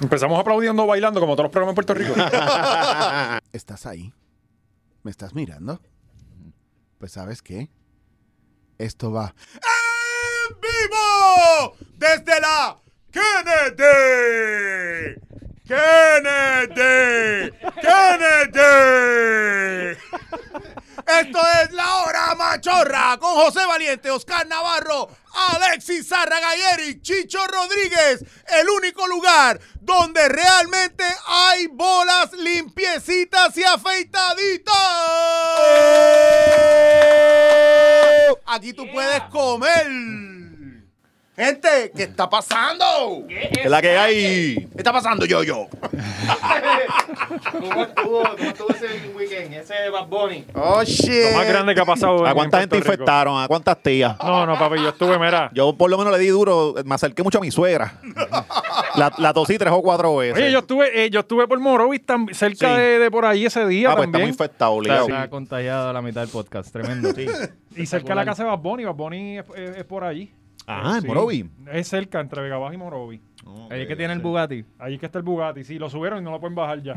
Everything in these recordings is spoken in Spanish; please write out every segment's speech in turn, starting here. Empezamos aplaudiendo, bailando, como todos los programas en Puerto Rico. ¿Estás ahí? ¿Me estás mirando? Pues sabes qué? Esto va en vivo desde la Kennedy. Kennedy. Kennedy. Esto es la hora machorra con José Valiente, Oscar Navarro, Alexis Zárraga y Eric Chicho Rodríguez. El único lugar donde realmente hay bolas limpiecitas y ¡Oh! afeitaditas. Aquí tú puedes comer. Gente, ¿qué está pasando? Es la que hay. ¿Qué está pasando, yo, yo? ¿Cómo estuvo, ¿Cómo estuvo ese weekend? Ese Bad Bunny. Oh, shit. Lo más grande que ha pasado. en- ¿A cuánta en gente Puerto Rico. infectaron? ¿A cuántas tías? No, no, papi, yo estuve, mira. Yo por lo menos le di duro, me acerqué mucho a mi suegra. La, la tosí tres o cuatro veces. Oye, yo estuve, eh, yo estuve por Morovis tam- cerca Sí. de, de por ahí ese día ah, pues también. estamos infectados, Ah, obligado. Claro. Está contagiado a la mitad del podcast. Tremendo. Sí. y cerca de la casa de Bad Bunny, Bad Bunny es, es- es por allí. Ah, en Sí. Morovi. Es cerca, entre Vega Baja y Morovi. Ahí es que tiene el Bugatti. Allí es que está el Bugatti. Sí, lo subieron y no lo pueden bajar ya.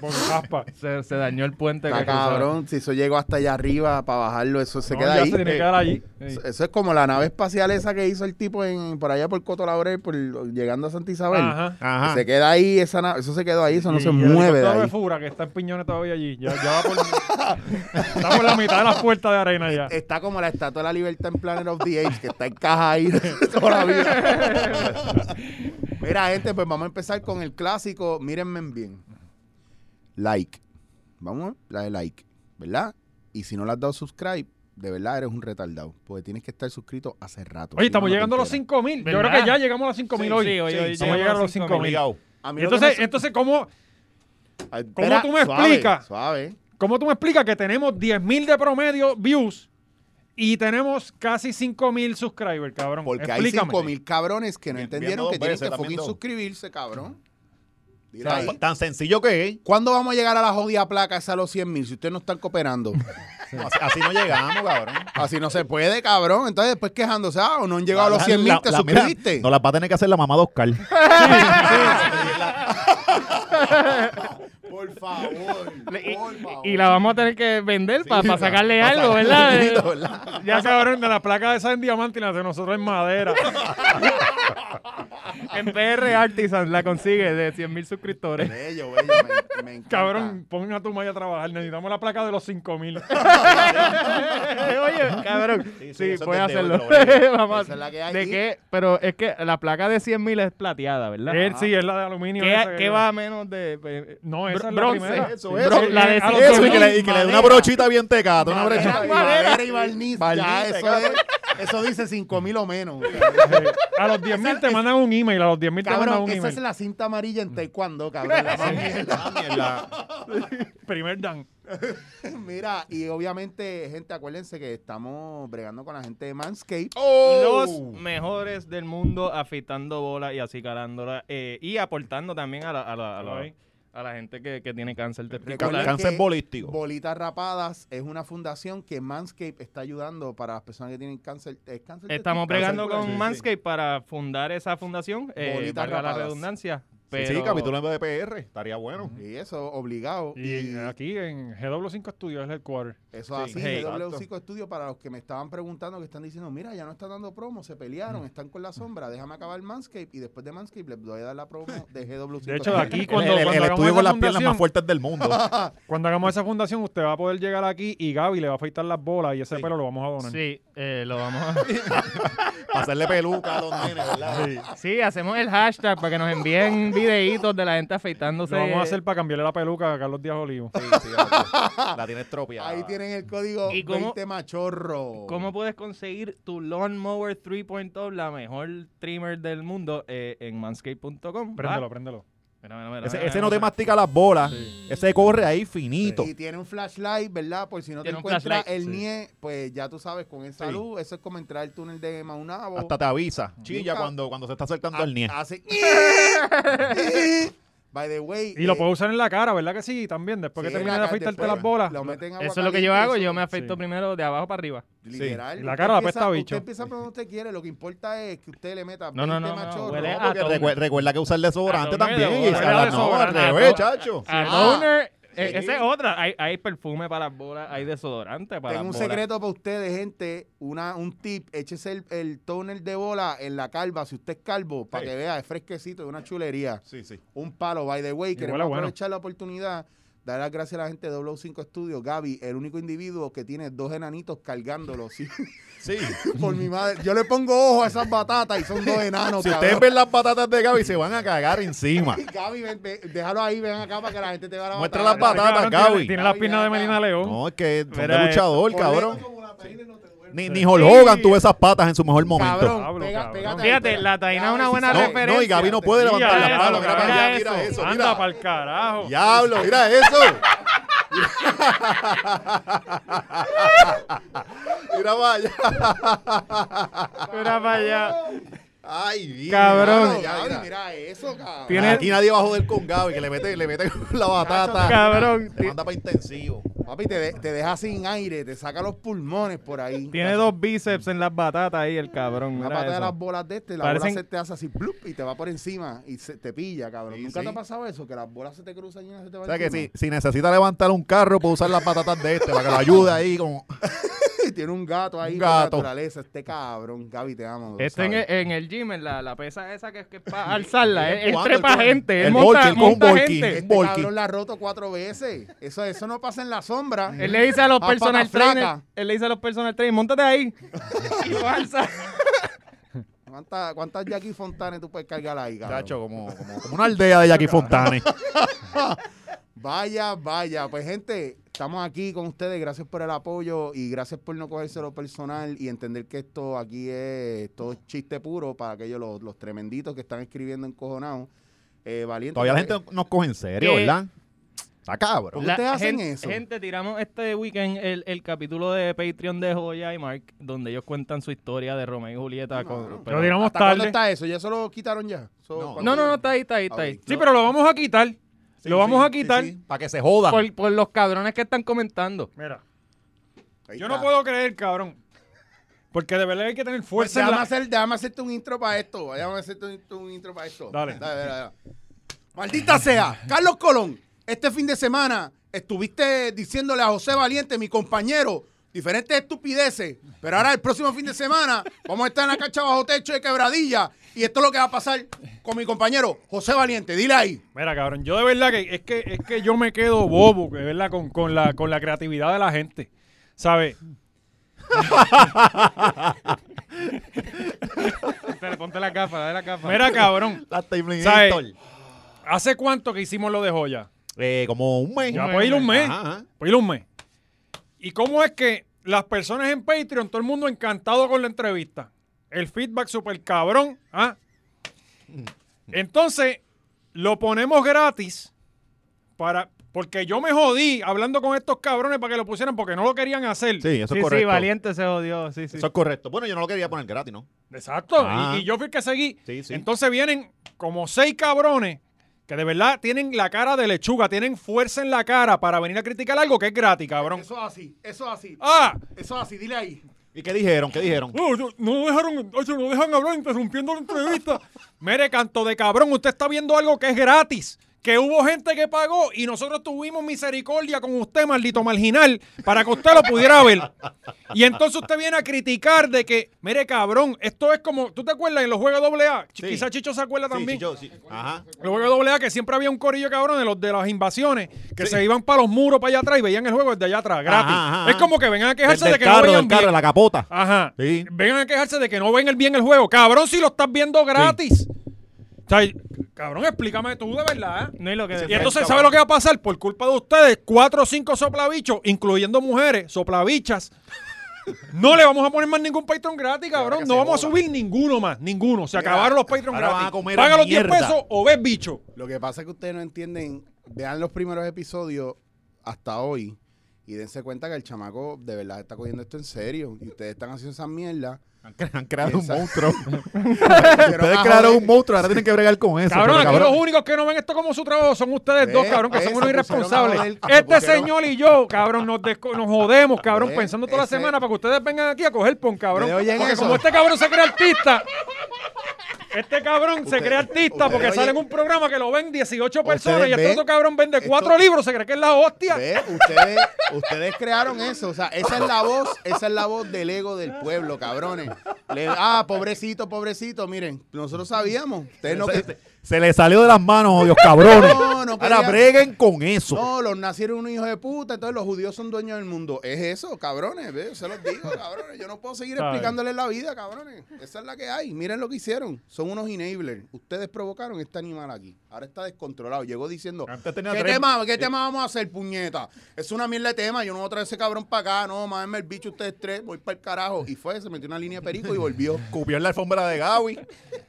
Por caspa. Se, se dañó el puente Está que cruzaba. cabrón, si eso llegó hasta allá arriba para bajarlo, eso se No, queda ya ahí. se tiene que quedar allí. Sí. Eso, eso es como la nave espacial esa que hizo el tipo en, por allá por Coto Laurel, por, llegando a Santa Isabel. Ajá. Ajá. Se queda ahí, esa nave, eso se quedó ahí, eso no Y se el mueve de helicóptero de ahí. Fura, que está en Piñones todavía allí. Ya, ya va por... está por la mitad de la puerta de arena Eh, ya. Está como la estatua de la libertad en Planet of the Apes, que está en caja ahí toda la vida. Mira, gente, pues vamos a empezar con el clásico. Mírenme bien. Like. Vamos, la de like, ¿verdad? Y si no le has dado subscribe, de verdad eres un retardado, porque tienes que estar suscrito hace rato. Oye, Si no, estamos no te llegando a los enteras. 5.000. Yo ¿Verdad? creo que ya llegamos a los 5.000 hoy. Sí, hoy- hoy Vamos a llegar a los 5.000. Obligado. A mí lo que Entonces, me- entonces ¿cómo, ¿Cómo Ay, Ah, espera, tú me suave, explicas? Suave. ¿Cómo tú me explicas que tenemos 10.000 de promedio views y tenemos casi 5.000 subscribers, cabrón? Porque hay Explícame. 5 mil cabrones que no Bien, entendieron viendo que dos tienen veces, que también fucking dos. suscribirse, cabrón. Dile Tan- ahí. Tan sencillo que es. ¿Cuándo vamos a llegar a la jodida placa esa a los 100 mil si ustedes no están cooperando? Así, así no llegamos, cabrón. Así no se puede, cabrón. Entonces, después quejándose, ah, o no han llegado a los La- 100 mil, la- te la- suscribiste. mira, No las va a tener que hacer la mamá de Oscar. Por favor, por favor. Y la vamos a tener que vender para pa- sacarle pa algo, sacarle ¿verdad? un dinerito, Eh, ¿verdad? Ya cabrón, de la placa esa en diamante y la de nosotros en madera. En PR Artisan la consigue de 100 mil suscriptores. Bello, bello, me, me encanta. Cabrón, pongan a tu malla a trabajar. Necesitamos la placa de los 5.000. Oye, cabrón. Sí, sí, Sí, eso puede es desde hoy, hacerlo. pero Vamos a- Esa es la que hay ¿De aquí. qué? Pero es que la placa de 100 mil es plateada, ¿verdad? Ah. Él sí, es la de aluminio. ¿Qué, esa que- qué va a menos de eh, No, esa es la bronce? primera. Eso, Sí, eso. bro- La de a los eso, Eso, y que le, 5.000. y que le dé una brochita bien tecata. Una brochita. Y madera. madera y barniz, ya, Barniz, eso, cabrón. es- eso dice 5 mil o menos. A los 10.000 te mandan un email. A los 10.000 te mandan Cabrón, un esa es email. la cinta amarilla en taekwondo, cabrón. la más mierda. Primer dan. Mira, y obviamente, gente, acuérdense que estamos bregando con la gente de Manscape. Los mejores del mundo afeitando bolas y acicalándolas eh, y aportando también a la, a la- a la- Ay. a la gente que, que tiene cáncer Recuerda testicular. Cáncer que bolístico. Bolitas Rapadas es una fundación que Manscape está ayudando para las personas que tienen cáncer. es cáncer Estamos testicular. bregando con Sí, sí. Manscape para fundar esa fundación, eh, Bolitas valga la rapadas. redundancia. Sí, Pero sí, capítulo en BDPR. Estaría bueno. Y eso, obligado. Y, Y aquí en GW5 Studios es el quarter. eso es sí, así, hey, W5 Estudio, para los que me estaban preguntando, que están diciendo, mira, ya no están dando promo, se pelearon, están con la sombra, déjame acabar Manscape y después de Manscape les voy a dar la promo de GW5. De hecho, de aquí El, cuando, el- el cuando hagamos estudio esa con las piernas fundación- más fuertes del mundo. Cuando hagamos esa fundación, usted va a poder llegar aquí y Gaby le va a afeitar las bolas y ese pelo lo vamos a donar. sí, eh, lo vamos a... Para hacerle peluca a los nenes, ¿verdad? Sí, hacemos el hashtag para que nos envíen videitos de la gente afeitándose. Lo vamos a hacer para cambiarle la peluca a Carlos Díaz Olivo. Sí, sí, la, la tienes tropiada. Ahí tienen el código ¿Y cómo- 20 machorro. ¿Cómo puedes conseguir tu Lawnmower 3.0, oh, la mejor trimmer del mundo, eh, en manscape.com? Ah. Préndelo, préndelo. Ah, Mira, mira, mira, Ese, mira, ese mira, no te mira. mastica las bolas. Ese corre ahí finito. Y tiene un flashlight, ¿verdad? Por si no te Tiene un encuentras flashlight, el sí. NIE, pues ya tú sabes, con esa Sí. luz, eso es como entrar al túnel de Maunabo. Hasta te avisa. Chilla Nunca- cuando, cuando se está acercando Ha- al nie. Hace By the way. Y lo eh, puedes usar en la cara, ¿verdad que sí? También, después sí, que en termines la de cara, afeitarte después las bolas. lo meten en agua Eso es lo que yo caliente, hago. eso- Yo me afecto primero de abajo para arriba. Literal. La usted cara la empieza- apesta a bicho. Usted empieza por donde usted quiere. Lo que importa es que usted le meta No, no, 20 no, no, machorros. huele No, a porque toner. recue- recuerda que usar desodorante A toner, también. y huele a a la- no, al desodorante, a revés, to- chacho. A Ah, toner, eh, sí. esa es otra. Hay, hay perfume para las bolas, hay desodorante para Tengo un las bolas. secreto para ustedes, gente. Una, un tip. Échese el, el toner de bola en la calva. Si usted es calvo, para Sí. que vea, es fresquecito, es una chulería. Sí, sí. Un palo, by the way. Queremos huele bueno. aprovechar la oportunidad. Dar las gracias a la gente de W5 Studios. Gaby, el único individuo que tiene dos enanitos cargándolos. ¿sí? Sí. Por mi madre. Yo le pongo ojo a esas batatas y son dos enanos. Si cabrón. ustedes ven las patatas de Gaby, se van a cagar encima. Gaby, ven, ven, déjalo ahí, ven acá para que la gente te vea la Muestra batata. las patatas. Patata, Cabrón, tiene- Gaby. Tiene las piernas de Gaby, Melina León. No, es que son Mira, de eh, luchador, Ponle cabrón. como la peina y no te duerme. Ni, ni Hulk Hogan Sí. tuvo esas patas en su mejor momento. Cabrón, Pablo, pega- cabrón. pégate ahí, Fíjate, pégate. la taína es Gaby, una si buena sabe- No, referencia. no, y Gaby no puede Mira levantar la eso, mano. Mira, para allá, mira mira eso. eso. Anda Mira. para el carajo. Diablo, mira eso. mira vaya. Mira para allá. Ay, bien, Cabrón. mano, ya, Gaby, mira. mira eso, cabrón. Tiene- Aquí nadie va a joder con Gaby, que le mete, le mete la batata. Cabrón. Te manda para intensivo. Papi, te, de- te deja sin aire, te saca los pulmones por ahí. Tiene dos bíceps en las batatas ahí, el cabrón. Una mira pata de eso. las bolas de este, la Parecen- bola se te hace así, ¡plup! y te va por encima y se, te pilla, cabrón. Sí, ¿Nunca sí. te ha pasado eso? Que las bolas se te cruzan y una se te va O sea que encima? si, si necesita levantar un carro, puede usar las patatas de este para que lo ayude ahí. Como... Tiene un gato ahí Un por gato. naturaleza, este cabrón. Gaby, te amo. lo Este en sabes. el, en el gym, en la, la pesa esa que es, que es para alzarla. eh, él, él Jugando, trepa él coge- gente, él el monta, volky, él coge un monta volky. gente. Él Este Volky. cabrón la ha roto cuatro veces. Eso, eso no pasa en la sombra. Él le dice a los Ah, personal pata flaca. trainers, él le dice a los personal trainers, montate ahí. y lo alza. ¿Cuántas, cuántas Jackie Fontane tú puedes cargar ahí, cabrón? Chacho, como, como, como una aldea de Jackie Fontane. Vaya, vaya. Pues, gente, estamos aquí con ustedes. Gracias por el apoyo y gracias por no cogérselo personal y entender que esto aquí es todo es chiste puro para aquellos los, los tremenditos que están escribiendo encojonados. Eh, valiente. Todavía la gente nos coge en serio, Eh, ¿verdad? Está cabrón. ¿Por qué ustedes hacen gente, eso? gente, tiramos este weekend el, el capítulo de Patreon de Joya y Mark, donde ellos cuentan su historia de Romeo y Julieta. con- pero- Lo diremos ¿Hasta cuándo tarde. está eso? ¿Ya se lo quitaron ya? So, No. ¿cuándo- no, no, no, está ahí, está ahí, está ahí. Sí, pero lo vamos a quitar. lo vamos a quitar. Para que se jodan. Por, por los cabrones que están comentando. Mira, Ahí yo está. no puedo creer, cabrón. Porque de verdad hay que tener Pues fuerza en déjame, la- hacer, déjame hacerte un intro para esto. Déjame hacerte un, un intro para esto. Dale. Maldita sea. Carlos Colón, este fin de semana estuviste diciéndole a José Valiente, mi compañero, diferentes estupideces. Pero ahora el próximo fin de semana vamos a estar en la cancha bajo techo de quebradilla. Y esto es lo que va a pasar con mi compañero José Valiente. Dile ahí. Mira, cabrón, yo de verdad que es que, es que yo me quedo bobo, de verdad, con, con la, con la creatividad de la gente. ¿Sabes? Ponte la capa, dale la capa. Mira, cabrón, La ¿sabes? ¿Hace cuánto que hicimos lo de joya? Eh, como un mes. Ya puede ir un mes. Ajá, ajá. Puede ir un mes. ¿Y cómo es que las personas en Patreon, todo el mundo encantado con la entrevista? El feedback super cabrón. ¿ah? Entonces, lo ponemos gratis para. Porque yo me jodí hablando con estos cabrones para que lo pusieran porque no lo querían hacer. Sí, eso Sí, es correcto. sí, Valiente se jodió, sí, sí. Eso es correcto. Bueno, yo no lo quería poner gratis, ¿no? Exacto. y- Ah. Y, yo fui el que seguí. Sí, sí. Entonces vienen como seis cabrones que de verdad tienen la cara de lechuga, tienen fuerza en la cara para venir a criticar algo que es gratis, cabrón. es así, eso es así. ¡Ah! Eso es así, dile ahí. ¿Y qué dijeron? ¿Qué dijeron? No, no, no dejaron, oye, no dejan hablar interrumpiendo la entrevista. Mire, canto de cabrón, usted está viendo algo que es gratis. Que hubo gente que pagó y nosotros tuvimos misericordia con usted, maldito marginal, para que usted lo pudiera ver. Y entonces usted viene a criticar de que, mire, cabrón, esto es como, ¿tú te acuerdas en los juegos AA? Sí. Quizás Chicho se acuerda Sí, también. sí, yo, sí. Ajá. Los juegos AA que siempre había un corillo cabrón de los de las invasiones que se iban para los muros para allá atrás y veían el juego desde allá atrás, gratis. Ajá, ajá, Es como que vengan a Ah. quejarse Del- de del que carro, no veían del carro, bien. de la capota. Ajá. Sí. Vengan a quejarse de que no ven el bien el juego. Cabrón, si lo estás viendo gratis. O sea, cabrón, explícame tú de verdad. ¿eh? No es lo que Y decía. entonces, ¿sabe lo que va a pasar? Por culpa de ustedes, cuatro o cinco soplabichos, incluyendo mujeres, soplabichas. No le vamos a poner más ningún Patreon gratis, cabrón. que No se vamos a joda. subir ninguno más, ninguno. Se Mira, acabaron los Patreon ahora gratis. van a comer Paga los 10 mierda. pesos o ves bicho. Lo que pasa es que ustedes no entienden, vean los primeros episodios hasta hoy Y dense cuenta que el chamaco de verdad está cogiendo esto en serio. Y ustedes están haciendo esa mierda. Han, cre- han creado un Esa- monstruo. Pero, Ustedes ah, crearon joder, un monstruo, ahora tienen que bregar con eso. Cabrón, pero, aquí los únicos que no ven esto como su trabajo son ustedes Ve, dos, cabrón, que ve, son se unos pusieron a irresponsables. joder, se Este pusieron- señor y yo, cabrón, nos, desco- nos jodemos, cabrón, Ve, pensando toda ese- la semana para que ustedes vengan aquí a coger pon, cabrón. ¿Ustedes oyen Porque eso? como este cabrón se cree artista, este cabrón se cree artista ustedes porque sale en oyen- un programa que lo ven 18 personas Ustedes y este ven- otro cabrón vende cuatro esto- libros, se cree que es la hostia. Ve, ustedes, ustedes crearon eso. O sea, esa es la voz, esa es la voz del ego del pueblo, cabrones. Le- ah, pobrecito, pobrecito. Miren, nosotros sabíamos. Ustedes no, que- Se les salió de las manos, odios cabrones. No, no ahora quería- breguen con eso. no, los nacieron unos hijos de puta, entonces los judíos son dueños del mundo. Es eso, cabrones, ve, se los digo, cabrones. Yo no puedo seguir explicándoles la vida, cabrones. Esa es la que hay. Miren lo que hicieron. Son unos enablers. Ustedes provocaron este animal aquí. Ahora está descontrolado. Llegó diciendo, Antes tenía ¿qué tres- eh. tema, ¿qué tema vamos a hacer, puñeta? Es una mierda de tema. Yo no voy a traer ese cabrón para acá. No, mádenme el bicho ustedes tres. Voy para el carajo. Y fue, se metió una línea de perico y volvió. Cupió en la alfombra de Gaby.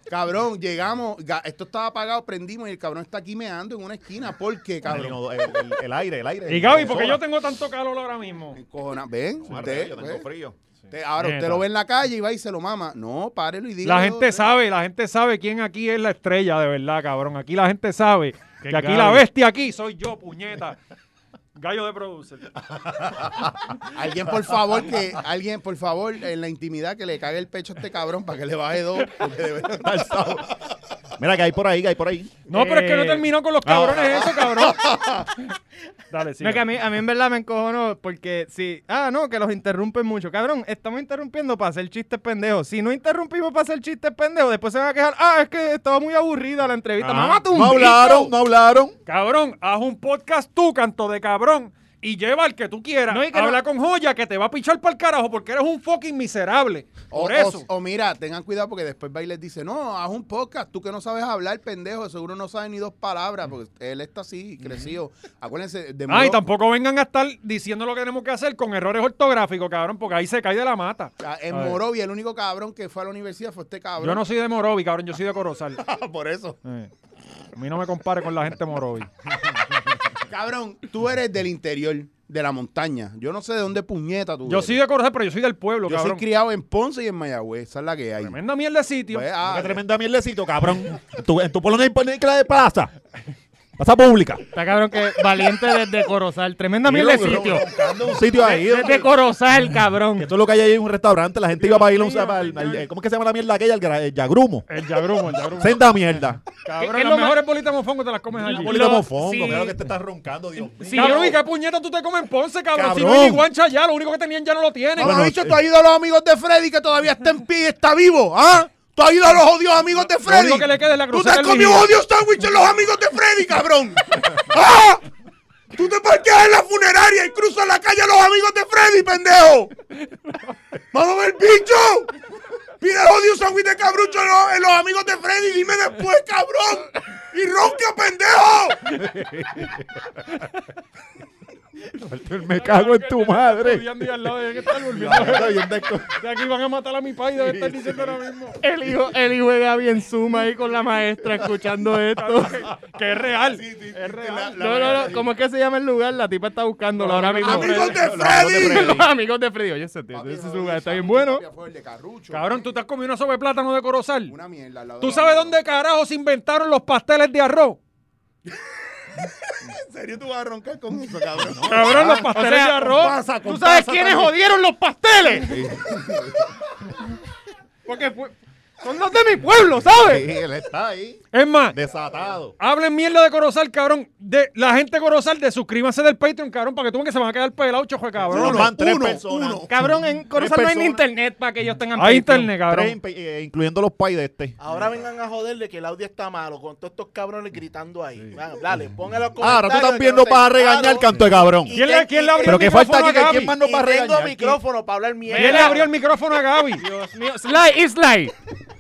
Cabrón, llegamos. ga- Esto estaba apagado, prendimos y el cabrón está aquí meando en una esquina. ¿Por qué, El, cabrón? el- el aire, el aire. Y Gaby, porque porque yo tengo tanto calor ahora mismo. Encojona- ven, usted, yo ve. tengo frío. Usted- ahora Neta. usted lo ve en la calle y va y se lo mama. No, párelo y diga. La gente sabe, la gente sabe quién aquí es la estrella de verdad, cabrón. Aquí la gente sabe que aquí la bestia aquí soy yo, puñeta. Gallo de producer. Alguien, por favor, que alguien, por favor, en la intimidad que le cague el pecho a este cabrón para que le baje dos. porque de verdad- Mira, que hay por ahí, que hay por ahí. No, pero es que no Eh, terminó con los cabrones eso, cabrón. Dale, sí. No, que a mí, a mí en verdad me encojono porque si. Ah, no, que los interrumpen mucho. Cabrón, estamos interrumpiendo para hacer chistes pendejos. Si no interrumpimos para hacer chistes pendejos, después se van a quejar. Ah, es que estaba muy aburrida la entrevista. Ah, Mamá, tú No hablaron, no hablaron. Cabrón, haz un podcast tú, canto de cabrón. Y lleva al que tú quieras. No, y que Habla con joya que te va a pichar para el carajo porque eres un fucking miserable. O, Por eso. o- o mira, tengan cuidado porque después va y les dice, no, haz un podcast, tú que no sabes hablar, pendejo, seguro no sabes ni dos palabras, porque él está así, crecido. Acuérdense, de Ay, Ah, tampoco vengan a estar diciendo lo que tenemos que hacer con errores ortográficos, cabrón, porque ahí se cae de la mata. ah, en Morovia el único cabrón que fue a la universidad fue este cabrón. Yo no soy de Morovi, cabrón, yo soy de Corozal. por eso. Eh, A mí no me compare con la gente de Morovi. Cabrón, tú eres del interior, de la montaña. Yo no sé de dónde puñeta tú Yo eres. soy de Corozal, pero yo soy del pueblo, Yo soy cabrón. criado en Ponce y en Mayagüez, esa es la que hay. Tremenda mierda de sitio. Pues, ah, Qué tremenda mierdecito, cabrón. Tú- en tu pueblo no hay pues, no hay clase de plaza. Plaza pública. Está cabrón que valiente desde Corozal. Tremenda miel de sitio. Buscando un sitio ahí. Desde Corozal, cabrón. Que todo lo que hay ahí es un restaurante. La gente iba para ir a un. al- al- eh, ¿Cómo es que se llama la mierda aquella? El, gra- el yagrumo. El yagrumo, el yagrumo. Senda mierda. Cabrón, ¿Qué es las lo más- mejores bolitas de mofongo te las comes allí. Bolita Lo- mofongo. sí. Mira lo que te estás roncando, Dios mío. Sí, cabrón, yo- ¿y qué puñeta tú te comes en Ponce, cabrón? Si no Cabrón. hay ni guancha ya, lo único que tenían ya no lo tienen. Mamá, Bueno, bicho, tú has ido a los amigos de Freddy que todavía está en pie y está vivo, ¿ah? Tú has ido a los odios amigos de Freddy. único que le queda es la Tú te cruceta has del comido vigía. odios sándwiches los amigos de Freddy, cabrón. ¡Ah! Tú te parqueas en la funeraria y cruzas la calle a los amigos de Freddy, pendejo. ¡Vamos el bicho! Pide odio sándwich de cabrucho en los, en los amigos de Freddy. Dime después, cabrón. Y ronca, pendejo. Me cago en tu madre. Estudiando y al lado, deben estar durmiendo. De aquí van a matar a mi padre, deben estar diciendo ahora mismo. El hijo, el hijo de Gaby en Zuma ahí con la maestra escuchando esto. Que es real. es real. No, no, no. ¿Cómo es que se llama el lugar? La tipa está buscándolo ahora mismo. ¡Amigos de Freddy. Freddy! Los amigos de Freddy. Oye, ese, ese lugar está bien bueno. Cabrón, tú te has comido una sopa de plátano de Corozal. Una mierda al lado ¿Tú de la sabes mierda. dónde carajo se inventaron los pasteles de arroz? ¿En serio tú vas a roncar con eso, cabrón? Cabrón, los pasteles Ah, de sea, arroz. pasa, ¿Tú con sabes pasa quiénes también. jodieron los pasteles? Porque fue- son los de mi pueblo, ¿sabes? Sí, él está ahí. Es más, Desatado. hablen mierda de Corozal, cabrón. De la gente de Corozal, de suscríbanse del Patreon, cabrón, para que tú vean que se van a quedar pelados, chojo de cabrón. Nos van tres uno, personas. uno. Cabrón, en Corozal no hay ni personas. internet para que ellos tengan Hay Patreon. internet, Tres, cabrón. eh, incluyendo los pais de este. Ahora vengan a joderle que el audio está malo con todos estos cabrones gritando ahí. Van, dale, póngalo como. Ah, ahora tú estás viendo para regañar el canto de cabrón. Y- ¿Quién le, quién le abrió Pero el que falta micrófono aquí, a que Gaby? quién más nos va a tengo regañar. micrófono para hablar mierda. ¿Quién le abrió el micrófono a Gaby? Dios mío, Sly y Sly.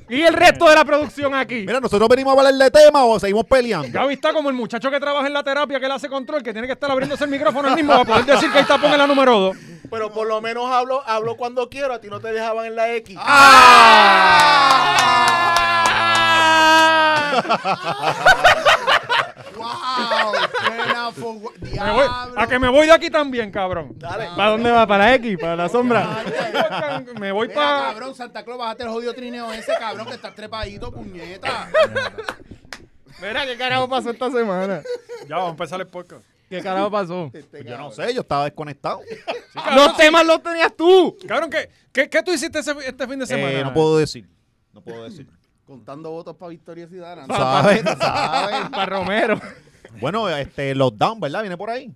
Y el resto de la producción aquí. Mira, nosotros venimos a hablar de tema o seguimos peleando. Gaby está como el muchacho que trabaja en la terapia que le hace control, que tiene que estar abriéndose el micrófono él mismo para poder decir que ahí tapón en la número 2. Pero por lo menos hablo, hablo cuando quiero. A ti no te dejaban en la X. Ah. ¡Wow! Buena fogua- Me voy- Diablo. a que me voy de aquí también, cabrón. Dale. ¿Para dónde va? ¿Para X? ¿Para la sombra? Me voy Mira, para. cabrón, Santa Claus, bájate el jodido trineo ese, cabrón, que estás trepadito, puñeta. Mira, ¿qué carajo pasó esta semana? Ya, vamos a empezar el podcast. ¿Qué carajo pasó? Este, Yo no cabrón. sé, yo estaba desconectado. Eh, Los temas los tenías tú. Cabrón, ¿qué, qué, qué tú hiciste ese- este fin de semana? Eh, no puedo decir. No puedo decir. Contando votos para Victoria Ciudadana. ¿Sabes? ¿Sabes? Para Romero. Bueno, este, lockdown, ¿verdad? Viene por ahí.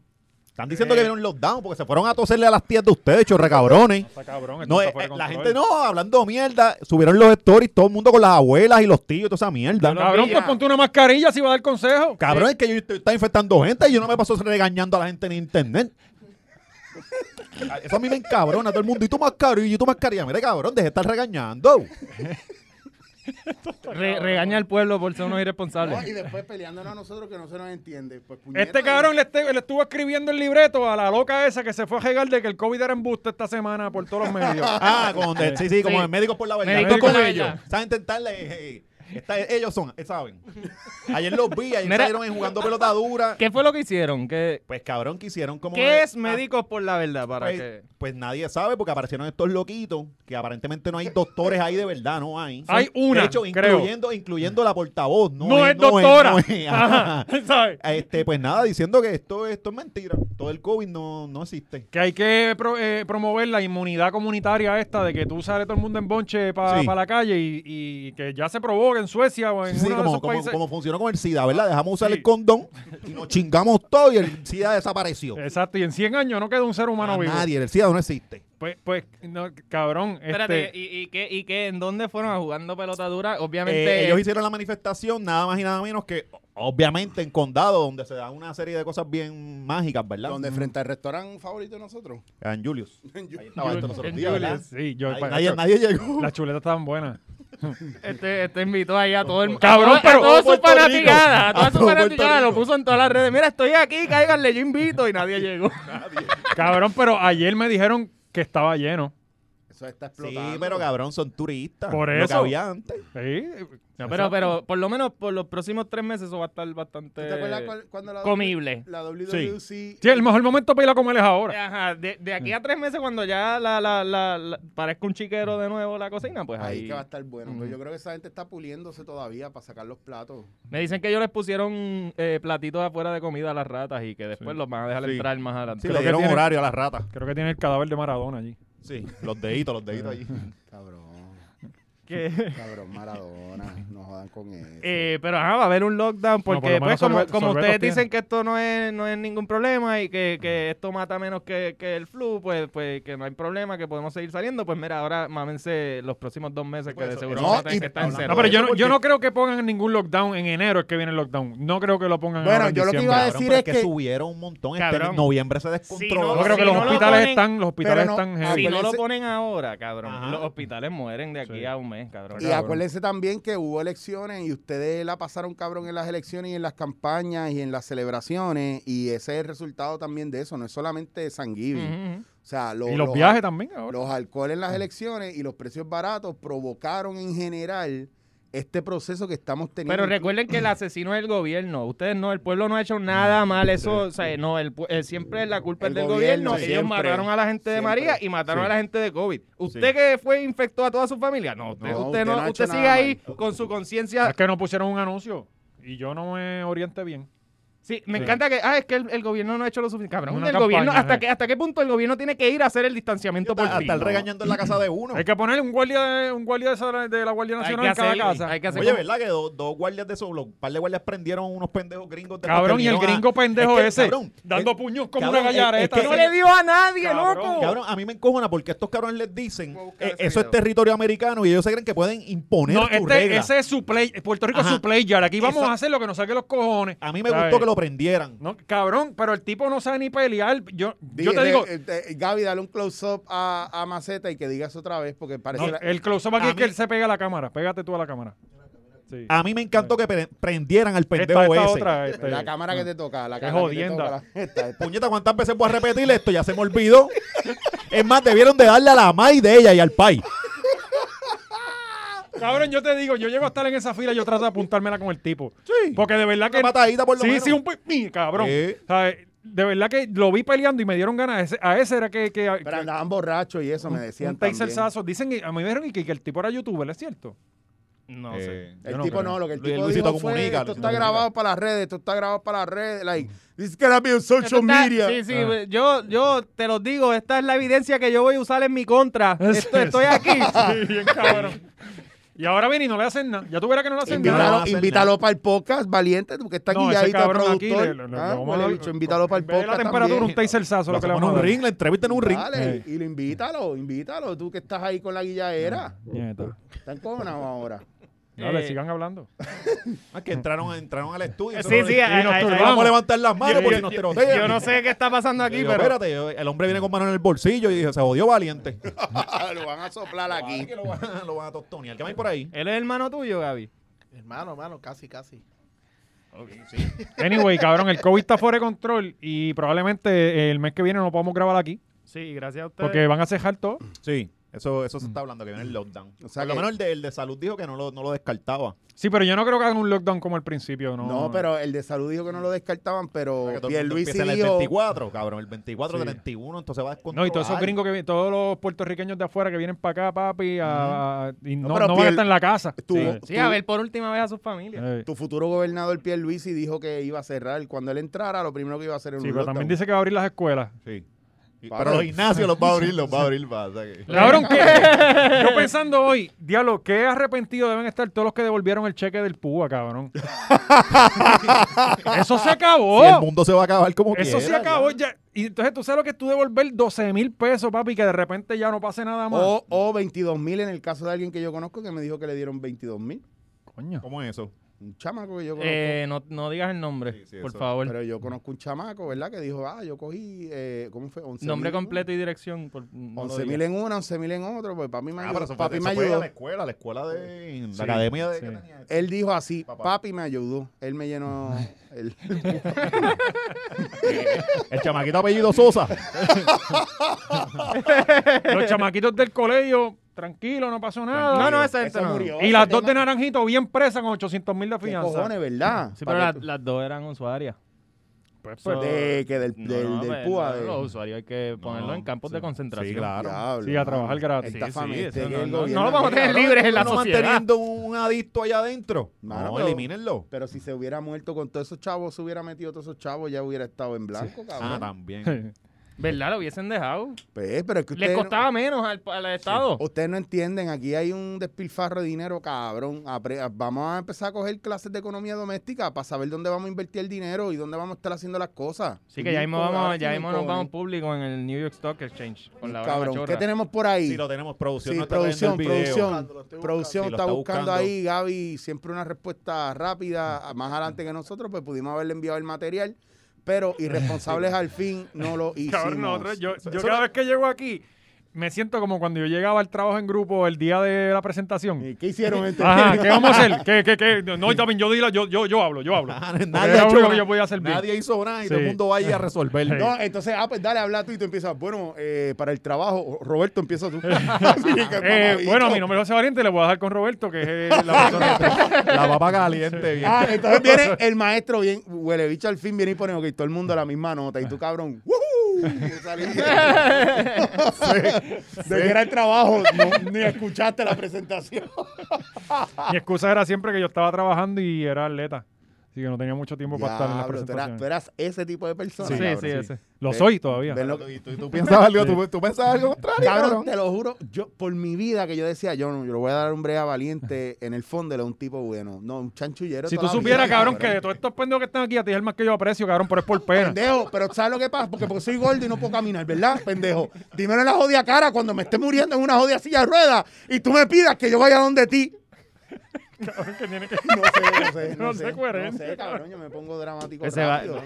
Están diciendo que viene un lockdown porque se fueron a toserle a las tías de ustedes, chorre cabrones. Está cabrón, esto No, está eh, fuera de eh, la control. gente no, hablando mierda, subieron los stories, todo el mundo con las abuelas y los tíos, y toda esa mierda. Cabrón, pues ponte una mascarilla si va a dar consejo. Cabrón, es que yo estoy, está infectando gente y yo no me paso regañando a la gente en internet. Eso a mí me encabrona todo el mundo. Y tú mascarilla, y tú mascarilla. Mira, cabrón, deja de estar regañando. Re- regaña al pueblo por ser unos No, irresponsables. y después peleándonos a nosotros que no se nos entiende. Pues, puñeta, Este cabrón le, este- le estuvo escribiendo el libreto a la loca esa que se fue a regar de que el COVID era embuste esta semana por todos los medios. Ah, con, sí, sí, como médicos por la verdad. Médicos Médicos por con la ellos. verdad. Saben tentarle. eh, eh, está- ellos son, eh, saben. Ayer los vi, ayer Mira. salieron en jugando pelota dura. ¿Qué fue lo que hicieron? ¿Qué, Pues cabrón, que hicieron como. qué es médicos por la verdad? Para Pues, que... pues nadie sabe porque aparecieron estos loquitos que aparentemente no hay doctores ahí de verdad, no hay. Hay De una, hecho, creo. incluyendo, incluyendo la portavoz. No, No es doctora. no es. Ajá. ¿Sabes? Este, pues nada, diciendo que esto, esto es mentira. Todo el COVID no, no existe. Que hay que pro- eh, promover la inmunidad comunitaria esta de que tú sales todo el mundo en bonche para Sí. la calle y, y que ya se provoque en Suecia o Pues, en Sí, sí, uno de como, esos como, países. como funcionó con el SIDA, ¿verdad? Dejamos usar Sí. el condón y nos chingamos todo y el SIDA desapareció. Exacto, y en 100 años no queda un ser humano A vivo. nadie, el SIDA no existe. Pues, pues no, cabrón, Espérate, este, ¿y, y qué, ¿y qué? ¿En dónde fueron a jugando pelota dura? Eh, Obviamente... ellos hicieron la manifestación nada más y nada menos que, obviamente, en Condado, donde se dan una serie de cosas bien mágicas, ¿verdad? Mm. Donde frente al restaurante favorito de nosotros. En Julius. Ahí estaba esto los otros días, Julius, ¿verdad? sí, yo, Ahí pa- nadie, hecho, nadie llegó. las chuletas estaban buenas. Este, este invitó ahí a todo el Cabrón, a, pero- a toda su Puerto fanaticada, a Rico. toda A su todo Puerto fanaticada, lo Rico. puso en todas las redes. Mira, estoy aquí, cáiganle, yo invito y nadie llegó. Cabrón, pero ayer me dijeron que estaba lleno. Eso está Sí, explotando. pero cabrón, son turistas. Por Lo que eso. había antes. Sí, Pero, pero por lo menos por los próximos tres meses eso va a estar bastante ¿Tú te acuerdas cuál- cuando la comible. La WWC. Sí, el mejor momento para ir a comer es ahora. Ajá, de, de aquí a tres meses cuando ya la, la, la, la- parezca un chiquero de nuevo la cocina, pues Ahí ahí. que va a estar bueno. Ujú. Pero yo creo que esa gente está puliéndose todavía para sacar los platos. Me dicen que ellos les pusieron eh, platitos afuera de comida a las ratas y que después los van a dejar Sí. entrar más adelante. Sí, Creo le que dieron tienen- horario a las ratas. Creo que tiene el cadáver de Maradona allí. Sí, los deditos, los deditos allí. Cabrón. Que- Cabrón, Maradona. No jodan con eso. Eh, pero ajá, va a haber un lockdown por porque lo menos pues, como, sorbe- como sorbetos ustedes tiene. dicen que esto no es, no es ningún problema y que, que esto mata menos que, que el flu, pues, pues que no hay problema, que podemos seguir saliendo, pues mira, ahora mámense los próximos dos meses que de seguro no, van a tener y- que estar en no, cero. No, pero yo eso no, yo no creo que pongan ningún lockdown en enero, es que viene el lockdown. No creo que lo pongan Bueno, ahora en yo lo que diciembre. iba a Cabrón, decir pero es que- subieron un montón. Este Cabrón. noviembre se Si descontroló. Yo creo que Si los no lo hospitales ponen- están, los hospitales pero no, están ah, heavy. Si no lo Acuérdense- ponen ahora, cabrón, Ajá. los hospitales mueren de aquí Sí. a un mes, cabrón. Y acuérdense también que hubo elecciones y ustedes la pasaron cabrón en las elecciones y en las campañas y en las celebraciones y ese es el resultado también de eso, no es solamente San Ujú, Giving. ujú. O sea, ah, lo- y los viajes también al- ahora. los alcoholes en las elecciones y los precios baratos provocaron en general este proceso que estamos teniendo. Pero recuerden que el asesino es el gobierno. Ustedes no, el pueblo no ha hecho nada mal. Eso, o sea, no, el, pue- eh, siempre la culpa El es del gobierno, gobierno. Ellos siempre, mataron a la gente de siempre. María y mataron a la gente de COVID. ¿Usted Sí. que fue e infectó a toda su familia? No, usted, No, usted, usted no, no ha usted hecho sigue nada ahí con su conciencia. Es que no pusieron un anuncio y yo no me orienté bien. Sí, me Sí. encanta que, ah, es que el, el gobierno no ha hecho lo suficiente. Cabrón, Una el gobierno, campaña, ¿hasta, sí. qué, ¿hasta qué punto el gobierno tiene que ir a hacer el distanciamiento por Hasta ti? el regañando en la casa de uno. Hay que poner un guardia de, un guardia de, esa- de la Guardia Hay Nacional que en cada hacerle, casa. hay que hacer Oye, como- ¿verdad? Que do- dos guardias de esos, los- un par de guardias prendieron unos pendejos gringos. después Cabrón, que y el vinieron a- gringo pendejo Es que, ese, cabrón, dando es- puños como cabrón, una gallareta. es que- No le dio a nadie, Cabrón, loco. Cabrón, a mí me encojona porque estos cabrones les dicen, Voy a buscar eh, ese eso es video. territorio americano y ellos se creen que pueden imponer no, sus este, reglas. ese es su play. Puerto Rico es Ajá. su play yard. Aquí vamos Esa- Ah. a hacer lo que nos saque los cojones. A mí me ¿Sabes? gustó que lo prendieran. No, cabrón, pero el tipo no sabe ni pelear. Yo, yo Dile, te digo, eh, eh, Gaby, dale un close-up a, a Maceta y que digas otra vez porque parece... no, eh, la- el close-up aquí a es que mí- él se pega a la cámara. Pégate tú a la cámara. Sí. A mí me encantó que pre- prendieran al Esta- pendejo esta ese. otra, este, la cámara que te toca, la Qué cámara jodienda. que te toca. la- esta, esta. Puñeta, ¿cuántas veces voy a repetir esto? Ya se me olvidó. Es más, debieron de darle a la May de ella y al Pai. Cabrón, yo te digo, yo llego a estar en esa fila y yo trato de apuntármela con el tipo. Sí. Porque de verdad que. Una patadita por lo sí, menos. sí, un pi- pi- cabrón. Sí. ¿Sabes? De verdad que lo vi peleando y me dieron ganas. A ese, a ese era que. que, Pero que- andaban borrachos y eso, me decían. un taser también. sazo. Dicen que a mí me dijeron y que, que el tipo era youtuber, ¿es cierto? No Eh, sé. El Yo no tipo creo. no, lo que el Luis- tipo Luisito dijo fue, Comunica, esto Luisito está Comunica. grabado para las redes, esto está grabado para las redes, like, this is gonna be on social Esto está- media. Sí, sí, yo, yo te los digo, esta es la evidencia que yo voy a usar en mi contra. Es- Estoy, estoy aquí. bien cabrón. Y ahora viene y no le hacen nada. Ya tuviera que no le hacen Invítalo. nada. Invítalo, hacer invítalo para el podcast, valiente, porque está aquí No, ya ese ahí está el cabrón productor. aquí, le- le- le Ah, vamos a le he dar- dicho, invítalo para el en vez de podcast la temperatura, también. un taser sazo, Lo lo que le hacemos en vamos a un dar. ring, la entrevista en un ring. Eh, Dale, y lo invítalo, invítalo, tú que estás ahí con la guillaera. Nieta. Está encojonado ahora. Dale, Eh. sigan hablando. Ah, que entraron, entraron al estudio. Sí, sí, Y nos ay, ay, turbamos. ay, Vamos a levantar las manos yo- porque yo- nos yo- tirotean. Yo no sé qué está pasando aquí, Y yo, pero. espérate, yo- el hombre viene con mano en el bolsillo y dice, se jodió valiente. lo van a soplar aquí. que lo van, a- lo van a tostonear. ¿Qué más hay por ahí? Él es hermano tuyo, Gaby. Hermano, hermano, casi, casi. Anyway, cabrón, el COVID está fuera de control y probablemente el mes que viene no podamos grabar aquí Sí, gracias a usted. porque van a cejar todo. Sí. Eso, eso se está hablando, que viene el lockdown. Mm. O sea por lo que- menos el de, el de salud dijo que no lo, no lo descartaba. Sí, pero yo no creo que hagan un lockdown como al principio, ¿no? No, pero el de salud dijo que no lo descartaban, O sea, pero que todo el mundo Pierluisi empieza en el dijo... 24, cabrón. El 24, Sí. 31, entonces va a descontrolar. No, y todos esos gringos que vi- todos los puertorriqueños de afuera que vienen para acá, papi, a- a- y no, No, pero no van a Piel- estar en la casa. Estuvo- Sí. Sí, a ver por última vez a sus familias. Eh. Tu futuro gobernador Pierluisi dijo que iba a cerrar. Cuando él entrara, lo primero que iba a hacer era un Sí, pero también lockdown. dice que va a abrir las escuelas. Sí. Y- Para. Pero los gimnasios los va a abrir, los va a abrir. Va, o sea que- Cabrón, que yo pensando hoy, diablo, qué arrepentido deben estar todos los que devolvieron el cheque del púa, cabrón. Eso se acabó. Si el mundo se va a acabar como Eso se quiera, acabó ya. Y entonces tú sabes lo que es tú devolver 12 mil pesos, papi, que de repente ya no pase nada más. O, o 22 mil en el caso de alguien que yo conozco que me dijo que le dieron 22 mil. Coño. ¿Cómo es eso? Ah, Un chamaco que yo conozco. Eh, no, no digas el nombre, Sí, sí, por eso. favor. pero yo conozco un chamaco, ¿verdad? Que dijo, ah, yo cogí, eh, ¿cómo fue? 11 nombre completo y dirección. Por, no lo 11 mil digas. en una, 11 mil en otro. Pues papi me Ah, ayudó. pero eso fue, papi eso me fue a ayudó. la escuela, la escuela de... La academia de... sí. que tenía eso. Él dijo así, Papá. papi me ayudó. Él me llenó el... El chamaquito apellido Sosa. Los chamaquitos del colegio, tranquilo, no pasó nada. No, no, esa gente Eso no. murió, Y ese las dos tema- de naranjito bien presas con 800 mil de ¿Qué fianza. cojones, verdad? Sí, Pa' pero que la- tú- las dos eran usuarias. Pues, So- pues, de, que del, No, del, no, del pues, púa. no, de- Los usuarios hay que ponerlos no, en campos sí. de concentración. Sí, claro. Diablo, Sí, a mano. trabajar gratis. Esta Sí, fama, sí, este eso es no- el no- no gobierno, lo vamos a tener cabrón. libres en la Uno sociedad. manteniendo un adicto allá adentro. Mano, no, pero- elimínenlo. Pero si se hubiera muerto con todos esos chavos, se hubiera metido todos esos chavos, ya hubiera estado en blanco, cabrón. Ah, también. ¿Verdad? Lo hubiesen dejado. Pues, pero es que Les ustedes, costaba menos al, al Estado. no, ustedes no entienden, aquí hay un despilfarro de dinero, cabrón. Apre- Vamos a empezar a coger clases de economía doméstica para saber dónde vamos a invertir el dinero y dónde vamos a estar haciendo las cosas. Así que ya mismo, vamos, ya Bien mismo nos cojones. vamos público en el New York Stock Exchange. Con la hora Cabrón, machorra. ¿qué tenemos por ahí? Sí, lo tenemos. Producción Sí, no está producción, trayendo el video. producción. Lo estoy buscando. Producción Sí, lo está, está buscando, buscando. Mm. ahí, Gaby, siempre una respuesta rápida, más adelante que nosotros, pues pudimos haberle enviado el material, pero irresponsables al fin no lo hicimos. Cabrón, nosotros, yo, yo Eso- cada vez que llego aquí, me siento como cuando yo llegaba al trabajo en grupo el día de la presentación. ¿Y ¿Qué hicieron este gente? Ajá, ¿qué vamos a hacer? ¿Qué, qué, qué? No, también yo, di la- yo, yo, yo hablo, yo hablo. Ah, Porque Nadie, era ha lo hecho único nada. que yo podía hacer bien. nadie hizo nada y Sí. todo el mundo va a ir a resolverlo. No, entonces, ah, pues dale, habla tú y tú empiezas, bueno, eh, para el trabajo, Roberto, empieza tú. Así que, Eh, mamabicho. bueno, mi nombre es José Valiente, le voy a dejar con Roberto, que es la persona que- La papa caliente, bien. Ah, entonces viene el maestro bien, huele bicho al fin, viene y pone, ok, todo el mundo a la misma nota, y tú, cabrón, ¡wujú! Y salí. De que era el trabajo, no- ni escuchaste la presentación. Mi excusa era siempre que yo estaba trabajando y era atleta. Así que no tenía mucho tiempo para estar en las Diablo, tú eras, presentaciones. tú eras ese tipo de persona. Sí, sí, cabrón. ese. Lo Ve- soy todavía. Ven lo- Y tú, y tú piensas algo, tú, tú piensas algo contrario. Cabrón, te lo juro, yo por mi vida que yo decía, yo no, yo le voy a dar un brea valiente en el fondo, él es un tipo bueno, no, un chanchullero. Si tú toda la supieras, vida, cabrón, que de todos estos pendejos que están aquí, a ti es el más que yo aprecio, cabrón, pero es por pena. Pendejo, pero ¿sabes lo que pasa? Porque, porque soy gordo y no puedo caminar, ¿verdad? Pendejo. Dímelo en la jodida cara cuando me esté muriendo en una jodida silla de ruedas y tú me pidas que yo vaya donde ti. Cabrón, que tiene que- No sé, no sé. No, No sé, sé, coherente, no sé, cabrón, yo me pongo dramático. Que se va- rápido.